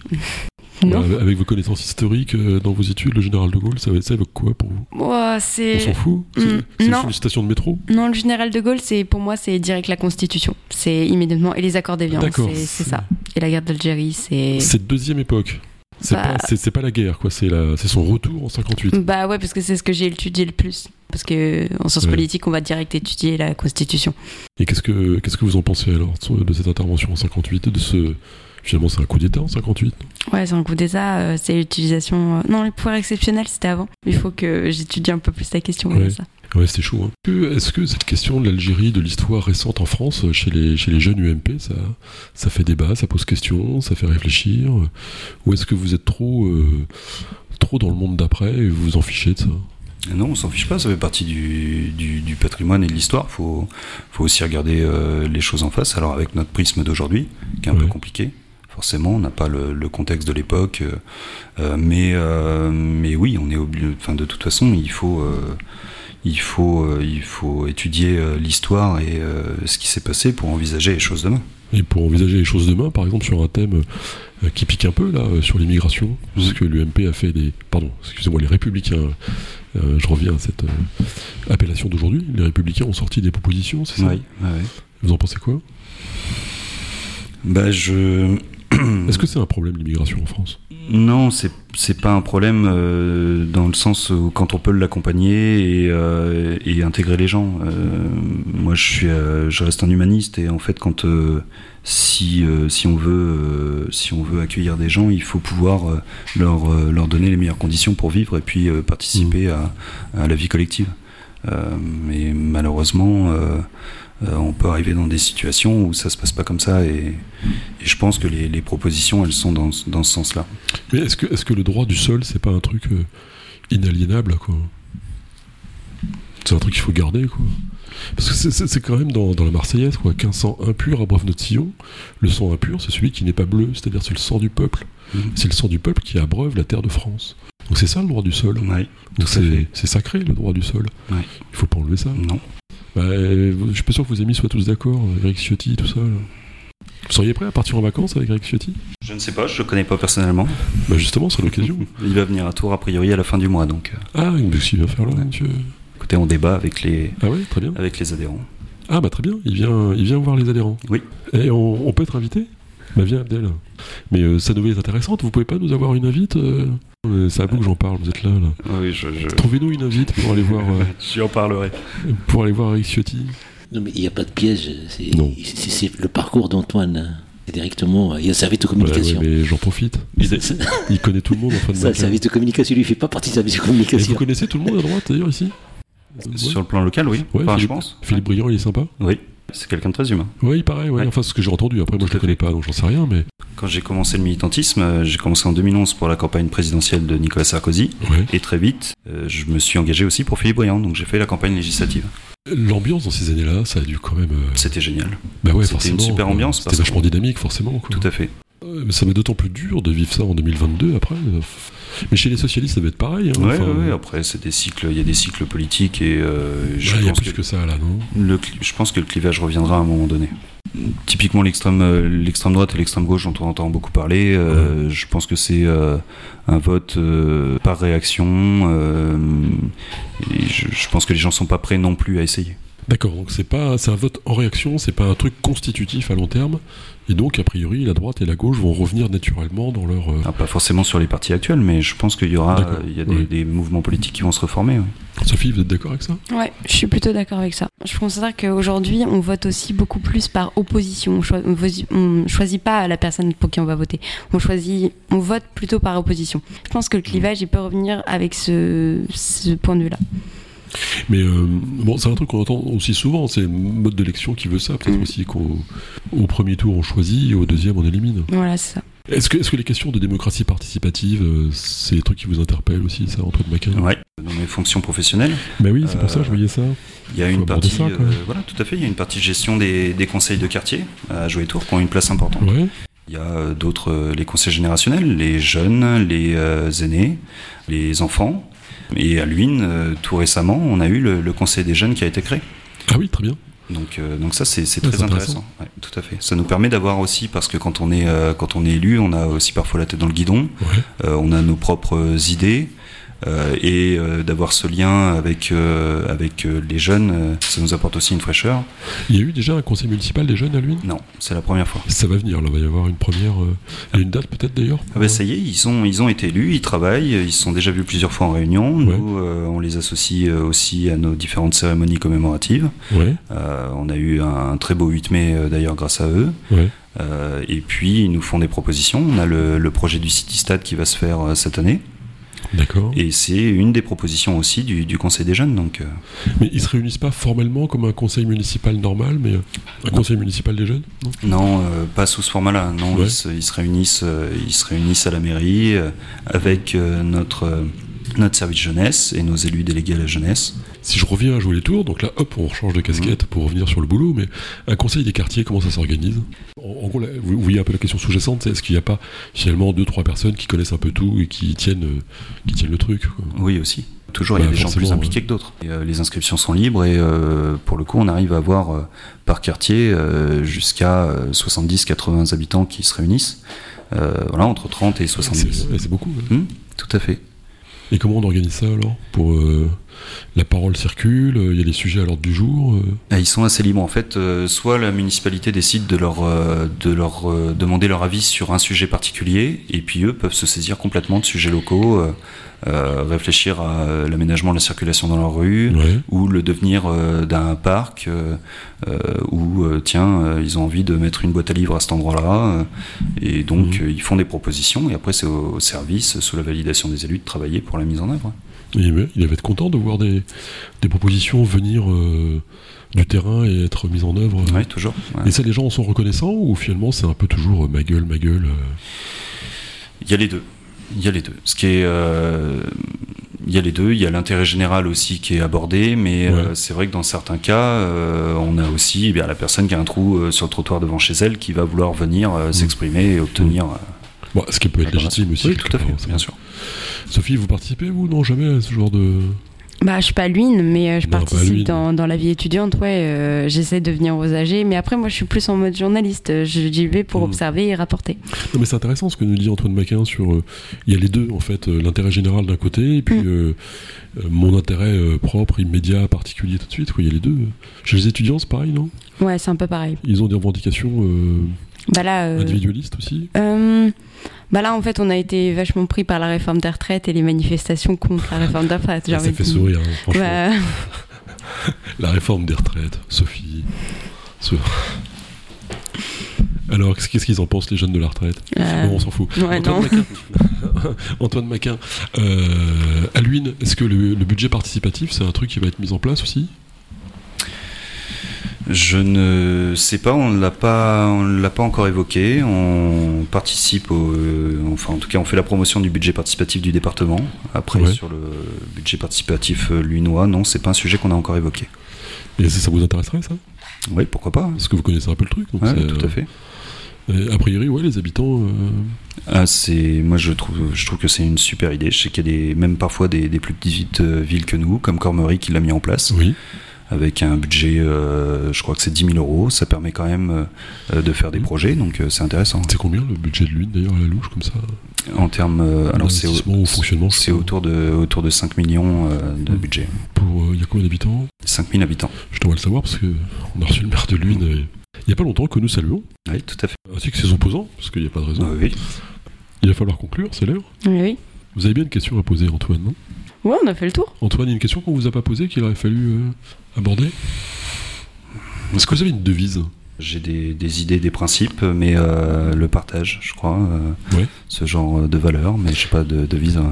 S2: Non.
S1: Ouais, Avec vos connaissances historiques euh, dans vos études, le général de Gaulle, ça, ça évoque quoi pour vous
S2: Ouah,
S1: On
S2: c'est.
S1: s'en fout C'est
S2: Mm,
S1: c'est
S2: non.
S1: une station de métro
S2: Non, le général de Gaulle, c'est pour moi, c'est direct la Constitution. C'est immédiatement et les accords d'Évian,
S1: D'accord.
S2: c'est c'est ça. Et la guerre d'Algérie, c'est
S1: Cette deuxième époque. C'est
S2: Bah-
S1: pas, c'est- c'est pas la guerre, quoi. C'est la- c'est son retour en 58.
S2: bah ouais, parce que c'est ce que j'ai étudié le plus. Parce que en sciences
S1: Ouais.
S2: politiques, on va direct étudier la Constitution.
S1: Et qu'est-ce que qu'est-ce que vous en pensez alors de de cette intervention en 58 de ce finalement c'est un coup d'État en 58
S2: Ouais, c'est un coup d'État, euh, c'est l'utilisation. euh, Non, les pouvoirs exceptionnels, c'était avant. Il faut que j'étudie un peu plus la question.
S1: Ouais.
S2: comme ça.
S1: Ouais, c'était chaud. Hein. Que- Est-ce que cette question de l'Algérie, de l'histoire récente en France, chez les chez les jeunes UMP, ça ça fait débat, ça pose question, ça fait réfléchir Ou est-ce que vous êtes trop euh, trop dans le monde d'après et vous vous en fichez de ça
S3: Non, on s'en fiche pas. Ça fait partie du, du- du patrimoine et de l'histoire. Faut, faut aussi regarder euh, les choses en face. Alors avec notre prisme d'aujourd'hui, qui est un
S1: Ouais.
S3: peu compliqué. Forcément, on n'a pas le, le contexte de l'époque, euh, euh, mais euh, mais oui, on est obligé. Enfin, de toute façon, il faut euh, il faut euh, il faut étudier euh, l'histoire et euh, ce qui s'est passé pour envisager les choses demain.
S1: Et pour envisager les choses demain, par exemple sur un thème euh, qui pique un peu là, euh, sur l'immigration, parce que l'UMP a fait des, pardon, excusez-moi, les Républicains, euh, je reviens à cette euh, appellation d'aujourd'hui, les Républicains ont sorti des propositions, c'est ça
S3: ouais, ouais.
S1: Vous en pensez quoi
S3: Bah je. Mm.
S1: Est-ce que c'est un problème l'immigration en France
S3: Non, c'est c'est pas un problème euh, dans le sens où quand on peut l'accompagner et, euh, et intégrer les gens. Euh, moi, je suis, euh, je reste un humaniste et en fait, quand euh, si euh, si on veut euh, si on veut accueillir des gens, il faut pouvoir euh, leur euh, leur donner les meilleures conditions pour vivre et puis euh, participer à, à la vie collective. Euh, Mais malheureusement. euh, euh, on peut arriver dans des situations où ça se passe pas comme ça et, et je pense que les, les propositions elles sont dans, ce- dans ce sens-là.
S1: Mais est-ce que, est-ce que le droit du sol, c'est pas un truc euh, inaliénable, quoi C'est un truc qu'il faut garder, quoi. Parce que c'est, c'est- c'est quand même dans, dans la Marseillaise, quoi. Qu'un sang impur abreuve notre sillon. Le sang impur, c'est celui qui n'est pas bleu, c'est-à-dire c'est le sang du peuple.
S3: Mhm.
S1: C'est le sang du peuple qui abreuve la terre de France. Donc c'est ça le droit du sol. Donc
S3: Ouais, tout à
S1: c'est,
S3: fait.
S1: c'est sacré le droit du sol.
S3: Ouais.
S1: Il faut pas enlever ça.
S3: non.
S1: Bah, euh, je suis pas sûr que vos amis soient tous d'accord, euh, Eric Ciotti, tout ça. là. Vous seriez prêt à partir en vacances avec Eric Ciotti
S3: Je ne sais pas, je le connais pas personnellement.
S1: Bah justement, c'est l'occasion.
S3: Il va venir à Tours a priori à la fin du mois, donc euh,
S1: Ah, mais s'il vient faire là, mon Dieu.
S3: écoutez, on débat avec les,
S1: Ah ouais, très bien.
S3: avec les adhérents.
S1: Ah bah très bien, il vient, il vient voir les adhérents.
S3: Oui.
S1: Et on, on peut être invité Bah viens Abdel. Mais euh, sa nouvelle est intéressante, vous pouvez pas nous avoir une invite euh Euh, C'est à vous que j'en parle, vous êtes là. là.
S3: Oui, je, je...
S1: Trouvez-nous une invite pour aller voir, euh,
S3: J'y en parlerai.
S1: pour aller voir Eric Ciotti.
S4: Non, mais il n'y a pas de piège. C'est
S1: Non.
S4: c'est- c'est le parcours d'antoine. hein. C'est directement. Il y a un service de
S1: Voilà, ouais,
S4: communication.
S1: mais j'en profite. Il, il connaît tout le monde en fin de
S4: Ça, le
S1: match.
S4: service de communication, lui, il fait pas partie du service de
S1: Et vous
S4: communication.
S1: connaissez tout le monde à droite d'ailleurs ici Ouais.
S3: Euh, Sur le plan local, oui.
S1: Ouais,
S3: Enfin, je
S1: Philippe-
S3: pense.
S1: Philippe Briand, il est sympa
S3: Oui, c'est quelqu'un de très humain.
S1: Ouais, il paraît, ouais.
S3: Ouais.
S1: Enfin, c'est ce que j'ai entendu. Après, moi, je
S3: Tout
S1: le
S3: à
S1: connais
S3: fait.
S1: pas, donc j'en sais rien, mais.
S3: Quand j'ai commencé le militantisme, euh, j'ai commencé en 2011 pour la campagne présidentielle de Nicolas Sarkozy.
S1: Ouais.
S3: Et très vite, euh, je me suis engagé aussi pour Philippe Briand, donc j'ai fait la campagne législative.
S1: L'ambiance dans ces années-là, ça a dû quand même. euh,
S3: C'était génial,
S1: Bah ouais,
S3: C'était
S1: forcément.
S3: une super
S1: euh,
S3: ambiance,
S1: C'était
S3: parce
S1: vachement dynamique, forcément. Quoi.
S3: tout à fait.
S1: Euh, mais ça m'est d'autant plus dur de vivre ça en 2022 après. euh, f- Mais chez les socialistes, ça va être pareil. hein,
S3: Ouais,
S1: enfin,
S3: ouais, après, c'est des cycles, il y a des cycles politiques et euh, je
S1: là, il y a
S3: pense
S1: plus que ça, là, non
S3: Le cli- je pense que le clivage reviendra à un moment donné. Typiquement, l'extrême euh, l'extrême droite et l'extrême gauche dont on entend beaucoup parler, euh, je pense que c'est euh, un vote euh, par réaction. euh, et je, je pense que les gens sont pas prêts non plus à essayer.
S1: D'accord, donc c'est pas, c'est un vote en réaction, c'est pas un truc constitutif à long terme. Et donc, a priori, la droite et la gauche vont revenir naturellement dans leur. euh,
S3: Ah, pas forcément sur les partis actuels, mais je pense qu'il y aura
S1: D'accord,
S3: il y a des,
S1: oui.
S3: des mouvements politiques qui vont se reformer. oui.
S1: Sophie, vous êtes d'accord avec ça
S2: Ouais, je suis plutôt d'accord avec ça. Je considère qu'aujourd'hui, on vote aussi beaucoup plus par opposition. On, choi- on vosi- on choisit pas la personne pour qui on va voter. On choisit, on vote plutôt par opposition. Je pense que le clivage, il peut revenir avec ce, ce point de vue-là.
S1: Mais euh, bon, c'est un truc qu'on entend aussi souvent, c'est le mode d'élection qui veut ça. Peut-être
S2: Mm.
S1: aussi qu'au au premier tour on choisit, et au deuxième on élimine.
S2: Voilà, c'est ça.
S1: Est-ce que, est-ce que les questions de démocratie participative, euh, c'est des trucs qui vous interpellent aussi, ça, Antoine Macaire
S3: Ouais. Euh, Dans mes fonctions professionnelles,
S1: Bah oui, c'est pour
S3: Euh,
S1: ça que je voyais ça.
S3: il y a
S1: Faut
S3: une
S1: aborder
S3: partie,
S1: ça, quoi.
S3: euh, voilà, tout à fait, il y a une partie gestion des, des conseils de quartier à Jouer-Tours qui ont une place importante.
S1: Ouais.
S3: Il y a euh, d'autres, euh, les conseils générationnels, les jeunes, les euh, aînés, les enfants. Et à Luynes, euh, tout récemment, on a eu le, le conseil des jeunes qui a été créé.
S1: Ah oui, très bien.
S3: Donc, euh, donc ça, c'est c'est
S1: Ouais,
S3: très
S1: c'est
S3: intéressant. Ouais, tout à fait. Ça nous permet d'avoir aussi, parce que quand on est euh, quand on est élu, on a aussi parfois la tête dans le guidon.
S1: Ouais.
S3: Euh, on a nos propres idées. euh, et euh, d'avoir ce lien avec euh, avec euh, les jeunes, euh, ça nous apporte aussi une fraîcheur.
S1: Il y a eu déjà un conseil municipal des jeunes à Luynes
S3: Non, c'est la première fois.
S1: Ça va venir, là, va y avoir une première. euh, Il y a une date peut-être d'ailleurs
S3: Ah bah, ça y est, ils ont, ils ont été élus, ils travaillent, ils se sont déjà vus plusieurs fois en réunion. Nous, euh, on les associe euh, aussi à nos différentes cérémonies commémoratives.
S1: Ouais,
S3: Euh, on a eu un, un très beau 8 mai euh, d'ailleurs grâce à eux.
S1: ouais.
S3: Euh, et puis, ils nous font des propositions. On a le, le projet du City Stade qui va se faire euh, cette année.
S1: D'accord.
S3: Et c'est une des propositions aussi du, du Conseil des jeunes. Donc, euh,
S1: Mais ils se réunissent pas formellement comme un conseil municipal normal, mais euh, un conseil municipal des jeunes non
S3: non, euh, pas sous ce format-là. Non,
S1: Ouais.
S3: ils, se, ils se réunissent, euh, ils se réunissent à la mairie euh, avec euh, notre, euh, notre service jeunesse et nos élus délégués à la jeunesse.
S1: Si je reviens à jouer les tours, donc là, hop, on change de casquette pour revenir sur le boulot, mais un conseil des quartiers, comment ça s'organise en, en gros, là, vous vous voyez un peu la question sous-jacente, c'est est-ce qu'il n'y a pas finalement deux, trois personnes qui connaissent un peu tout et qui tiennent, euh, qui tiennent le truc quoi
S3: Oui, aussi. Toujours, il y
S1: Bah,
S3: a des gens
S1: forcément,
S3: plus impliqués que d'autres. Et, euh, les inscriptions sont libres et euh, pour le coup, on arrive à avoir euh, par quartier euh, jusqu'à 70-80 habitants qui se réunissent. Euh, voilà, entre 30 et
S1: C'est
S3: 70.
S1: ouais, c'est beaucoup. ouais.
S3: Hmm, tout à fait.
S1: Et comment on organise ça alors Pour euh, la parole circule, euh, il y a les sujets à l'ordre du jour. euh.
S3: Et ils sont assez libres en fait. euh, soit la municipalité décide de leur, euh, de leur euh, demander leur avis sur un sujet particulier, et puis eux peuvent se saisir complètement de sujets locaux, euh, euh, réfléchir à euh, l'aménagement de la circulation dans leur rue,
S1: Ouais.
S3: ou le devenir euh, d'un parc euh, euh, où euh, tiens euh, ils ont envie de mettre une boîte à livres à cet endroit-là euh, et donc
S1: Mhm.
S3: euh, ils font des propositions et après c'est au, au service sous la validation des élus de travailler pour la mise en œuvre. hein.
S1: Et Il il avait être content de voir des, des propositions venir euh, du terrain et être mises en œuvre.
S3: Ouais, toujours. ouais.
S1: Et ça, les gens en sont reconnaissants ou finalement c'est un peu toujours euh, ma gueule, ma gueule euh,
S3: Il y a les deux. Il y a les deux. Ce qui est, euh, il y a les deux. Il y a l'intérêt général aussi qui est abordé, mais
S1: Ouais.
S3: euh, c'est vrai que dans certains cas, euh, on a aussi eh bien la personne qui a un trou euh, sur le trottoir devant chez elle qui va vouloir venir euh, s'exprimer et obtenir. euh,
S1: bon, Ce qui peut être
S3: l'approbation.
S1: légitime aussi.
S3: Oui,
S1: quelque
S3: tout à
S1: part,
S3: fait,
S1: ça.
S3: bien sûr.
S1: Sophie, vous participez vous Non, jamais à ce genre de.
S2: Bah, je suis pas l'une, mais euh, je
S1: Non, pas
S2: participe
S1: l'une.
S2: dans, dans la vie étudiante, ouais. euh, J'essaie de venir aux AG, mais après, moi, je suis plus en mode journaliste. Euh, je- J'y vais pour
S1: Mm.
S2: observer et rapporter.
S1: Non, mais c'est intéressant ce que nous dit Antoine Maquin sur. euh, Il y a les deux, en fait, euh, l'intérêt général d'un côté, et puis
S3: Hmm.
S2: Mm.
S1: euh, euh, mon intérêt euh, propre, immédiat, particulier, tout de suite. quoi, Il y a les deux. Chez les étudiants, c'est pareil, non
S2: Ouais, c'est un peu pareil.
S1: Ils ont des revendications euh,
S2: Bah là. euh,
S1: individualistes aussi.
S2: euh, bah là, en fait, on a été vachement pris par la réforme des retraites et les manifestations contre la réforme des retraites. j'ai
S1: Ça
S2: envie de
S1: fait
S2: dire.
S1: sourire, hein, franchement.
S2: Bah,
S1: La réforme des retraites, Sophie. Ce- Alors, qu'est-ce qu'est-ce qu'ils en pensent, les jeunes de la retraite
S2: euh,
S1: Bon, on s'en fout.
S2: ouais, non.
S1: Antoine Maquin, Antoine Maquin, euh, à l'UIN, est-ce que le, le budget participatif, c'est un truc qui va être mis en place aussi
S3: Je ne sais pas, on ne l'a pas, on ne l'a pas encore évoqué. On participe, au, euh, enfin en tout cas, on fait la promotion du budget participatif du département. Après,
S1: Ouais.
S3: sur le budget participatif euh, lunois, non, c'est pas un sujet qu'on a encore évoqué.
S1: Et ça, ça vous intéresserait, ça
S3: Oui, pourquoi pas
S1: Parce que vous connaissez un peu le truc. hein. donc
S3: Ouais,
S1: c'est-
S3: tout à fait.
S1: Euh, A priori, ouais, les habitants. euh,
S3: Ah, c'est, moi je trouve, je trouve que c'est une super idée. Je sais qu'il y a des, même parfois des, des plus petites euh, villes que nous, comme Cormery qui l'a mis en place.
S1: Oui.
S3: avec un budget, euh, je crois que c'est 10 000 euros. Ça permet quand même euh, de faire des
S1: Mhm.
S3: projets, donc euh, c'est intéressant.
S1: C'est combien le budget de l'UIN, d'ailleurs, à la louche, comme ça
S3: En termes, euh, alors c'est, au-
S1: Investissement ou fonctionnement, je
S3: c'est
S1: crois.
S3: autour de autour de 5 millions euh, de
S1: Mhm.
S3: budget,
S1: Pour. Il y a combien d'habitants
S3: 5 000 habitants.
S1: Je dois le savoir parce que on a reçu le maire de l'UIN il n'y a pas longtemps que nous saluons,
S3: Oui, tout à fait.
S1: ainsi Ah, que ses opposants, parce qu'il n'y a pas de raison.
S3: oui.
S1: Il va falloir conclure, c'est l'heure.
S2: Oui, oui.
S1: Vous avez bien une question à poser, Antoine, non
S2: Ouais, on a fait le tour.
S1: Antoine, une question qu'on vous a pas posée, qu'il aurait fallu euh, aborder Est-ce que vous avez une devise
S3: J'ai des, des idées, des principes, mais euh, le partage, je crois, euh,
S1: Ouais.
S3: ce genre de valeur, mais je sais pas de devise euh,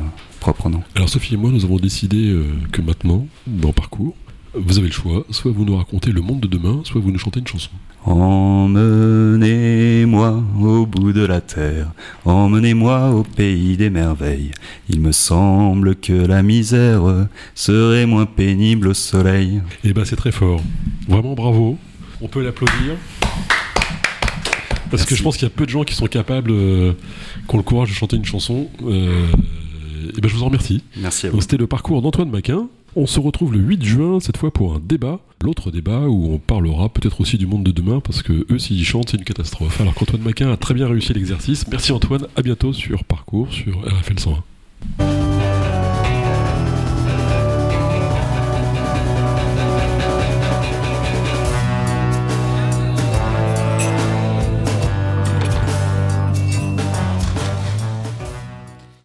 S3: propre, non.
S1: Alors Sophie et moi, nous avons décidé euh, que maintenant, dans Parcours, vous avez le choix, soit vous nous racontez le monde de demain, soit vous nous chantez une chanson.
S3: Emmenez-moi au bout de la terre, emmenez-moi au pays des merveilles. Il me semble que la misère serait moins pénible au soleil.
S1: Eh ben c'est très fort. Vraiment bravo. On peut l'applaudir. Parce que
S3: Merci.
S1: je pense qu'il y a peu de gens qui sont capables, euh, qui ont le courage de chanter une chanson. Euh, eh ben je vous en remercie.
S3: Merci à vous.
S1: Donc, C'était le parcours d'Antoine Maquin. On se retrouve le 8 juin, cette fois pour un débat, l'autre débat où on parlera peut-être aussi du monde de demain, parce que eux, s'ils chantent, c'est une catastrophe. Alors qu'Antoine Maquin a très bien réussi l'exercice. Merci Antoine, à bientôt sur Parcours, sur RFL 101.